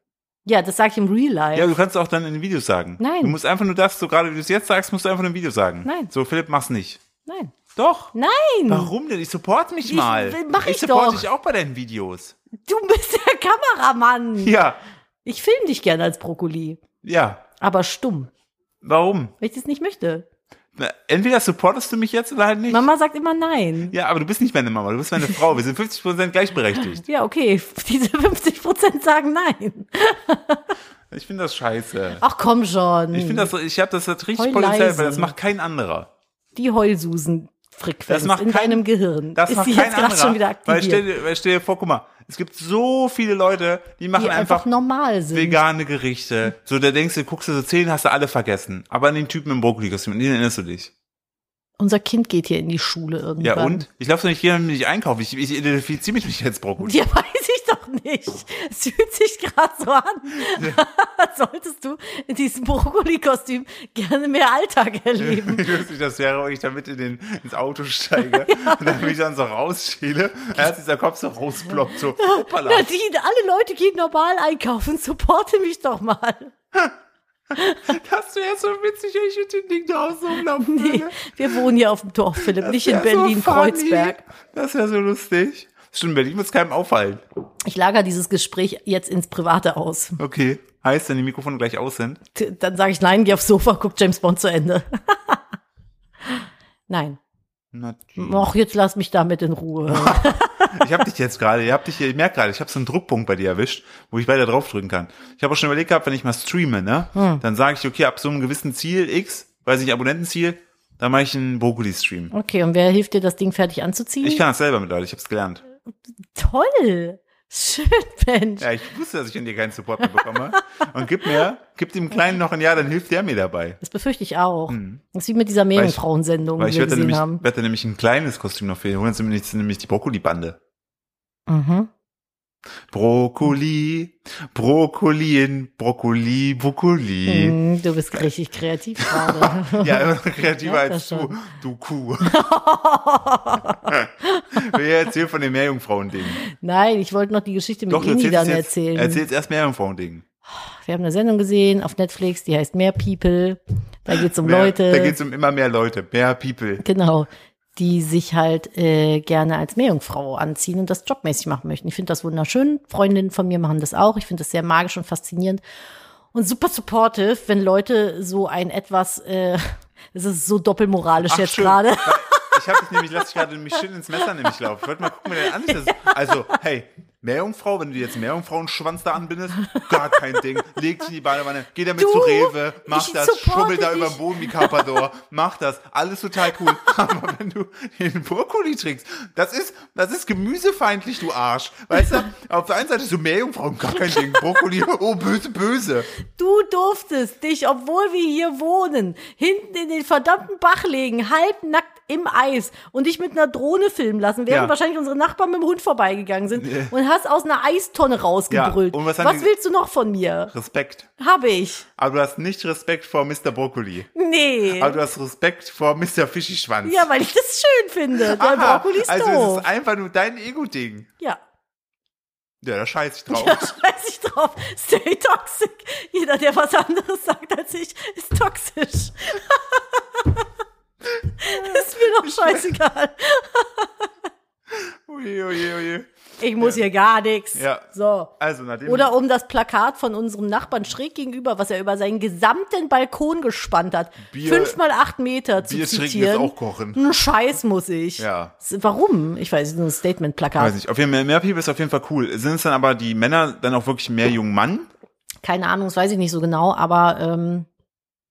S2: Ja, das sage ich im Real Life.
S1: Ja, du kannst auch dann in den Videos sagen.
S2: Nein.
S1: Du musst einfach nur das, so gerade wie du es jetzt sagst, musst du einfach in den Videos sagen.
S2: Nein.
S1: So, Philipp, mach's nicht.
S2: Nein.
S1: Doch.
S2: Nein!
S1: Warum denn? Ich support mich mal.
S2: mach
S1: ich
S2: ich
S1: support
S2: doch.
S1: dich auch bei deinen Videos.
S2: Du bist der Kameramann.
S1: Ja,
S2: Ich filme dich gerne als Brokkoli.
S1: ja.
S2: Aber stumm,
S1: Warum?
S2: weil ich das nicht möchte.
S1: Na, entweder supportest du mich jetzt oder halt nicht.
S2: Mama sagt immer nein.
S1: Ja, aber du bist nicht meine Mama, du bist meine Frau. Wir sind 50% gleichberechtigt.
S2: Ja, okay. Diese 50 Prozent sagen nein.
S1: Ich finde das scheiße.
S2: Ach komm schon.
S1: Ich finde das, ich habe das jetzt richtig
S2: Voll
S1: potenziell, weil das
S2: leise.
S1: macht kein anderer.
S2: die Heulsusen-Frequenz
S1: Das macht
S2: in
S1: kein-
S2: deinem Gehirn.
S1: Das
S2: ist
S1: macht
S2: sie
S1: kein
S2: jetzt gerade
S1: anderer.
S2: schon wieder
S1: weil, stell
S2: aktiviert,
S1: dir, weil stell dir vor, guck mal, es gibt so viele Leute, die machen
S2: die einfach
S1: einfach
S2: normal sind.
S1: vegane Gerichte. So, da denkst du, guckst du so zehn, hast du alle vergessen. Aber an den Typen im Brokkoli-Kostüm, an den erinnerst du dich.
S2: Unser Kind geht hier in die Schule irgendwann.
S1: Ja, und? Ich laufe doch nicht hier, wenn ich einkaufe. Ich, ich identifiziere mich nicht als Brokkoli.
S2: Ja, weiß ich doch nicht. Es fühlt sich gerade so an. Solltest du in diesem Brokkoli-Kostüm gerne mehr Alltag erleben.
S1: Wie lustig das wäre, wenn ich damit in den, ins Auto steige und dann mich dann so rausschäle, erst dieser Kopf so rausploppt, so, hoppala.
S2: Nadine, alle Leute gehen normal einkaufen. Supporte mich doch mal.
S1: Das wäre so witzig, wenn ich mit dem Ding draußen rumlaufen
S2: Nee,
S1: würde.
S2: wir wohnen hier auf dem Dorf, Philipp, nicht in
S1: Das wär so
S2: Berlin-Kreuzberg.
S1: funny. Das wäre so lustig. Stimmt, Berlin wird keinem auffallen.
S2: Ich lager dieses Gespräch jetzt ins Private aus.
S1: Okay. Heißt, wenn die Mikrofone gleich aus sind?
S2: T- Dann sage ich nein, geh aufs Sofa, guck James Bond zu Ende. nein.
S1: Natürlich.
S2: Och, jetzt lass mich damit in Ruhe.
S1: Ich habe dich jetzt gerade, ich hab dich, hier- ich merk gerade, ich habe so einen Druckpunkt bei dir erwischt, wo ich weiter draufdrücken kann. Ich habe auch schon überlegt gehabt, wenn ich mal streame, ne, dann sage ich, okay, ab so einem gewissen Ziel X, weiß nicht, Abonnentenziel, dann mache ich einen Brokkoli-Stream.
S2: Okay, und wer hilft dir, das Ding fertig anzuziehen?
S1: Ich kann das selber mit Leuten, ich habe es gelernt.
S2: Toll. Schön, Mensch.
S1: Ja, ich wusste, dass ich von dir keinen Support mehr bekomme. Und gib mir, gib dem Kleinen noch ein Jahr, dann hilft der mir dabei.
S2: Das befürchte ich auch. Das ist wie mit dieser Meerjungfrauensendung,
S1: Hm. Weil ich
S2: die wir
S1: werde
S2: gesehen
S1: nämlich,
S2: haben.
S1: werd dann nämlich ein kleines Kostüm noch fehlen. Holen Sie mir nicht- nämlich die Brokkoli-Bande.
S2: Mhm.
S1: Brokkoli, Brokkoli in Brokkoli, Brokkoli.
S2: Mhm, Du bist richtig kreativ gerade.
S1: Ja, immer noch kreativer
S2: Merk
S1: als
S2: das
S1: du, du Kuh. Wir erzählen von den Meerjungfrauending.
S2: Nein, ich wollte noch die Geschichte mit
S1: Doch, du
S2: Ini
S1: erzählst
S2: dann
S1: es jetzt,
S2: erzählen.
S1: erzählst erst Meerjungfrauending.
S2: Wir haben eine Sendung gesehen auf Netflix, die heißt Mehr People. Da geht's um
S1: Mehr-
S2: Leute.
S1: Da geht's um immer mehr Leute, mehr People.
S2: Genau, die sich halt äh, gerne als Meerjungfrau anziehen und das jobmäßig machen möchten. Ich finde das wunderschön. Freundinnen von mir machen das auch. Ich finde das sehr magisch und faszinierend und super supportive, wenn Leute so ein etwas, äh, es ist so doppelmoralisch jetzt
S1: schön.
S2: gerade.
S1: Ich habe dich nämlich, lass ich gerade mich schön ins Messer nämlich laufen. Ich wollte mal gucken, wie der an ist. Also, hey, Meerjungfrau, wenn du dir jetzt Meerjungfrauenschwanz da anbindest, gar kein Ding. Leg dich in die Badewanne, geh damit
S2: Du,
S1: zu Rewe, mach
S2: ich
S1: das,
S2: supporte
S1: schubbel da
S2: dich.
S1: über den Boden wie Carpador, mach das, alles total cool. Aber wenn du den Brokkoli trinkst, das ist, das ist gemüsefeindlich, du Arsch. Weißt du, auf der einen Seite so Meerjungfrau, gar kein Ding, Brokkoli, oh, böse, böse.
S2: Du durftest dich, obwohl wir hier wohnen, hinten in den verdammten Bach legen, halbnackt im Eis und dich mit einer Drohne filmen lassen, während
S1: Ja.
S2: wahrscheinlich unsere Nachbarn mit dem Hund vorbeigegangen sind und hast aus einer Eistonne rausgebrüllt.
S1: Ja, und
S2: was
S1: was haben die-
S2: willst du noch von mir?
S1: Respekt.
S2: Hab ich.
S1: Aber du hast nicht Respekt vor Mr. Brokkoli.
S2: Nee.
S1: Aber du hast Respekt vor Mr. Fischischwanz.
S2: Ja, weil ich das schön finde. Der
S1: Aha,
S2: Brokkoli ist
S1: also es
S2: doof.
S1: ist einfach nur dein Ego-Ding.
S2: Ja.
S1: Ja, da scheiß ich drauf.
S2: Ja, scheiß ich drauf. Stay toxic. Jeder, der was anderes sagt als ich, ist toxisch. Ist mir doch scheißegal.
S1: Ui, ui, ui.
S2: Ich muss hier gar nichts.
S1: Ja.
S2: So.
S1: Also, nachdem.
S2: Oder um das Plakat von unserem Nachbarn schräg gegenüber, was er über seinen gesamten Balkon gespannt hat.
S1: Bier-
S2: Fünf mal acht Meter zu
S1: Bier trinken ist
S2: zitieren. Hm.
S1: auch kochen.
S2: Ein Scheiß muss ich.
S1: Ja.
S2: S- Warum? Ich weiß, so ein
S1: Weiß
S2: Statement-Plakat.
S1: nicht. Auf jeden Fall, mehr People ist auf jeden Fall cool. Sind es dann aber die Männer dann auch wirklich mehr jungen Mann?
S2: Keine Ahnung, das weiß ich nicht so genau, aber ähm,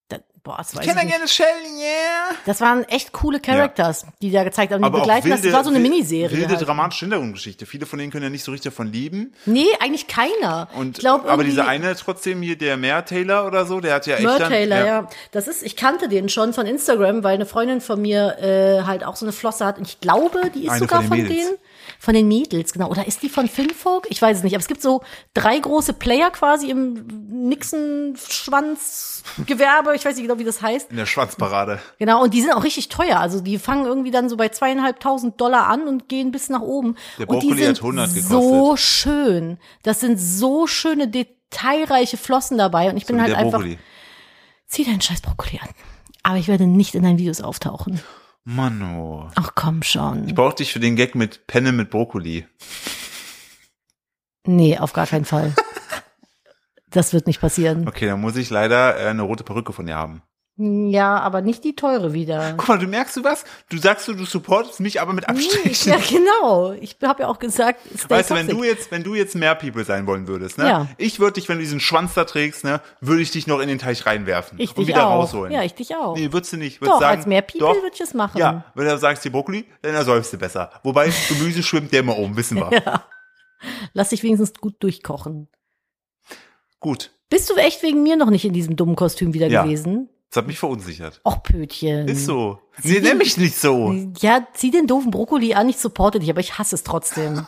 S2: da, boah, das weiß ich, nicht.
S1: Shell, yeah.
S2: Das waren echt coole Characters, die da gezeigt haben. Die
S1: Aber auch
S2: begleiten
S1: wilde,
S2: das. Das war so eine
S1: wil-
S2: Miniserie.
S1: Wilde
S2: halt.
S1: dramatische Hintergrundgeschichte. Viele von denen können ja nicht so richtig davon leben.
S2: Nee, eigentlich keiner.
S1: Und,
S2: ich glaub,
S1: aber dieser
S2: irgendwie-
S1: eine trotzdem hier, der Mehr Taylor oder so, der hat ja echt
S2: Mer
S1: dann,
S2: Taylor, ja. Das ist, ich kannte den schon von Instagram, weil eine Freundin von mir äh, halt auch so eine Flosse hat. Und ich glaube, die ist
S1: Eine
S2: sogar
S1: von den
S2: von,
S1: Mädels.
S2: denen. Von den Mädels, genau. Oder ist die von Finfolk? Ich weiß es nicht. Aber es gibt so drei große Player quasi im Nixon-Schwanz-Gewerbe. Ich weiß nicht genau, wie das heißt.
S1: In der Schwanzparade.
S2: Genau. Und die sind auch richtig teuer. Also die fangen irgendwie dann so bei zweieinhalbtausend Dollar an und gehen bis nach oben.
S1: Der
S2: und die
S1: Brokkoli
S2: sind
S1: hat 100 gekostet.
S2: so schön. Das sind so schöne detailreiche Flossen dabei. Und ich bin
S1: Wie
S2: halt
S1: der
S2: einfach
S1: Brokkoli.
S2: zieh deinen scheiß Brokkoli an. Aber ich werde nicht in deinen Videos auftauchen.
S1: Mann, oh.
S2: Ach komm schon.
S1: Ich brauch dich für den Gag mit Penne mit Brokkoli.
S2: Nee, auf gar keinen Fall. Das wird nicht passieren.
S1: Okay, dann muss ich leider äh, eine rote Perücke von dir haben.
S2: Ja, aber nicht die teure wieder.
S1: Guck mal, du merkst du was? Du sagst so, du supportest mich aber mit Abstrichen.
S2: Ja, genau. Ich habe ja auch gesagt, stay
S1: Weißt du, wenn
S2: toxic.
S1: du jetzt, wenn du jetzt mehr People sein wollen würdest, ne?
S2: Ja.
S1: Ich würde dich, wenn du diesen Schwanz da trägst, ne, würde ich dich noch in den Teich reinwerfen
S2: ich
S1: und
S2: dich
S1: wieder
S2: auch.
S1: rausholen.
S2: Ja, ich dich auch.
S1: Nee, würdest du nicht. Würdest
S2: doch,
S1: sagen,
S2: als mehr People
S1: doch,
S2: würde ich es machen.
S1: Ja, wenn du sagst, die Brokkoli, dann ersäufst du besser. Wobei, Gemüse schwimmt der immer um, wissen wir.
S2: Lass dich wenigstens gut durchkochen.
S1: Gut,
S2: Bist du echt wegen mir noch nicht in diesem dummen Kostüm wieder
S1: Ja.
S2: gewesen?
S1: das hat mich verunsichert.
S2: Och, Pötchen.
S1: Ist so. Nee, nenn mich nicht so.
S2: Ja, zieh den doofen Brokkoli an, ich supporte dich, aber ich hasse es trotzdem.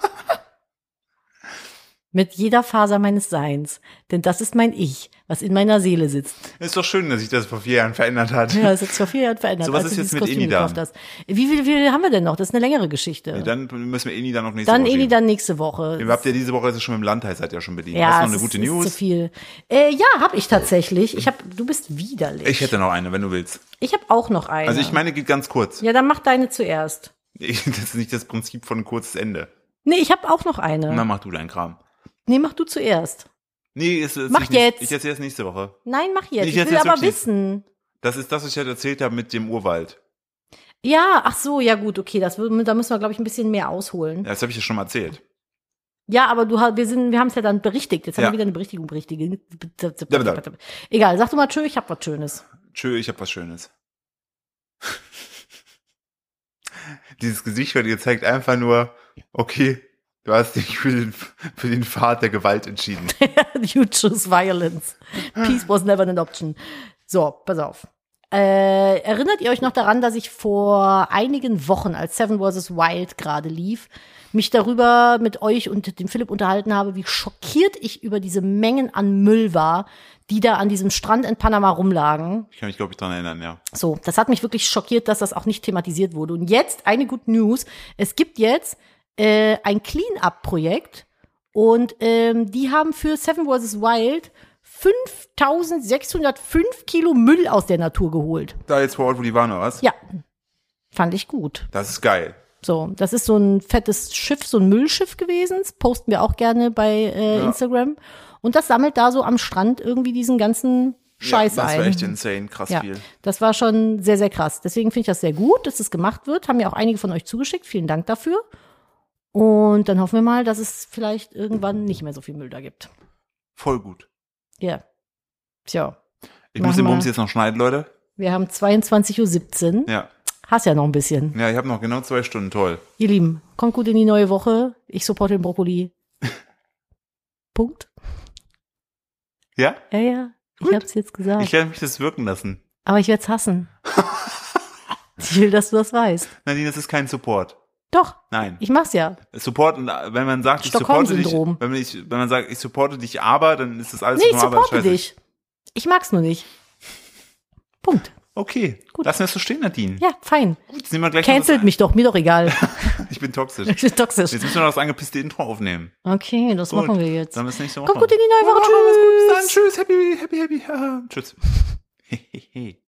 S2: Mit jeder Faser meines Seins. Denn das ist mein Ich, was in meiner Seele sitzt.
S1: Ist doch schön, dass sich das vor vier Jahren verändert hat.
S2: Ja, das hat sich vor vier Jahren verändert,
S1: So, was
S2: als
S1: ist
S2: du
S1: jetzt
S2: dieses
S1: mit
S2: Kostüm
S1: Enidan?
S2: gekauft hast. Wie viel, wie viel haben wir denn noch? Das ist eine längere Geschichte.
S1: Nee,
S2: dann
S1: dann müssen wir Eni dann noch nächste
S2: dann
S1: Woche
S2: Eni
S1: schieben.
S2: dann nächste Woche.
S1: Ihr habt ja diese Woche jetzt schon mit dem Landteil seid ihr ja schon bedient.
S2: ja,
S1: Hast du noch
S2: es
S1: eine gute
S2: ist, Ist zu
S1: News?
S2: viel. Äh, ja, habe ich tatsächlich. Ich hab, du bist widerlich.
S1: Ich hätte noch eine, wenn du willst.
S2: ich habe auch noch eine.
S1: Also ich meine, geht ganz kurz.
S2: ja, dann mach deine zuerst.
S1: Das ist nicht das Prinzip von ein kurzes Ende.
S2: Nee, ich habe auch noch eine.
S1: Und dann mach du deinen Kram.
S2: Nee, mach du zuerst.
S1: Nee, ist, ist
S2: Mach
S1: ich
S2: jetzt.
S1: Nicht, ich erzähle es nächste Woche.
S2: Nein, mach jetzt.
S1: Ich
S2: Ich,
S1: jetzt-
S2: will
S1: jetzt
S2: aber
S1: wirklich.
S2: wissen.
S1: Das ist das, was ich halt erzählt habe mit dem Urwald.
S2: Ja, ach so, ja gut, okay, das, wür- da müssen wir, glaube ich, ein bisschen mehr ausholen.
S1: Ja, das habe ich ja schon mal erzählt.
S2: Ja, aber du, ha- wir, sind- wir haben es ja dann berichtigt. Jetzt
S1: Ja.
S2: haben wir wieder eine Berichtigung berichtigt.
S1: da.
S2: Egal, sag du mal tschö, ich hab was Schönes.
S1: Tschö, ich habe was Schönes. Dieses Gesicht von dir zeigt einfach nur, okay, du hast dich für den, für den Pfad der Gewalt entschieden.
S2: you choose violence. Peace was never an option. So, pass auf. Äh, erinnert ihr euch noch daran, dass ich vor einigen Wochen, als Seven vs. Wild gerade lief, mich darüber mit euch und dem Philipp unterhalten habe, wie schockiert ich über diese Mengen an Müll war, die da an diesem Strand in Panama rumlagen?
S1: Ich kann mich, glaube ich, dran erinnern, ja.
S2: So, das hat mich wirklich schockiert, dass das auch nicht thematisiert wurde. Und jetzt eine Good News. Es gibt jetzt äh, ein Clean-Up-Projekt und ähm, die haben für Seven vs. Wild 5605 Kilo Müll aus der Natur geholt.
S1: Da jetzt vor Ort, wo die waren, oder was?
S2: Ja, fand ich gut.
S1: Das ist geil.
S2: So, das ist so ein fettes Schiff, so ein Müllschiff gewesen. Das posten wir auch gerne bei äh,
S1: Ja.
S2: Instagram. Und das sammelt da so am Strand irgendwie diesen ganzen Scheiß
S1: ja, Das
S2: ein.
S1: war echt insane, krass
S2: Ja,
S1: viel.
S2: das war schon sehr, sehr krass. Deswegen finde ich das sehr gut, dass es gemacht wird. Haben ja auch einige von euch zugeschickt. Vielen Dank dafür. Und dann hoffen wir mal, dass es vielleicht irgendwann nicht mehr so viel Müll da gibt.
S1: Voll gut.
S2: Ja. Tja,
S1: Ich
S2: Mach
S1: muss den
S2: mal.
S1: Bums jetzt noch schneiden, Leute.
S2: wir haben 22.17 Uhr.
S1: Ja.
S2: Hast ja noch ein bisschen.
S1: Ja, ich habe noch genau zwei Stunden, toll.
S2: Ihr Lieben, kommt gut in die neue Woche. Ich supporte den Brokkoli. Punkt.
S1: Ja?
S2: Ja, ja. Ich hab's jetzt gesagt.
S1: Ich werde mich das wirken lassen.
S2: Aber ich werd's hassen. ich will, dass du das weißt.
S1: Nadine, das ist kein Support.
S2: Doch,
S1: Nein.
S2: ich mach's ja.
S1: Support, äh, wenn man sagt, ich supporte dich,
S2: Stockholm-Syndrom.
S1: wenn man, ich, wenn man sagt, ich supporte dich, aber, dann ist das alles
S2: Nee, ich
S1: nur aber,
S2: supporte
S1: scheiße.
S2: dich. Ich mag's nur nicht. Punkt.
S1: Okay,
S2: Gut.
S1: lassen wir es so stehen, Nadine.
S2: Ja, fein.
S1: Jetzt nehmen wir gleich noch
S2: Cancelt mich doch, mir doch egal.
S1: das, Ich bin toxisch.
S2: Ich
S1: Jetzt
S2: bin toxisch.
S1: müssen wir noch das angepisste Intro aufnehmen.
S2: Okay, das
S1: Gut,
S2: machen wir jetzt.
S1: Dann bis nächste Woche.
S2: Kommt gut in die neue
S1: Machen wir was Gutes.
S2: Woche. Tschüss.
S1: Bis dann. Tschüss. Happy, happy, happy. Haha, Tschüss. Hehehe.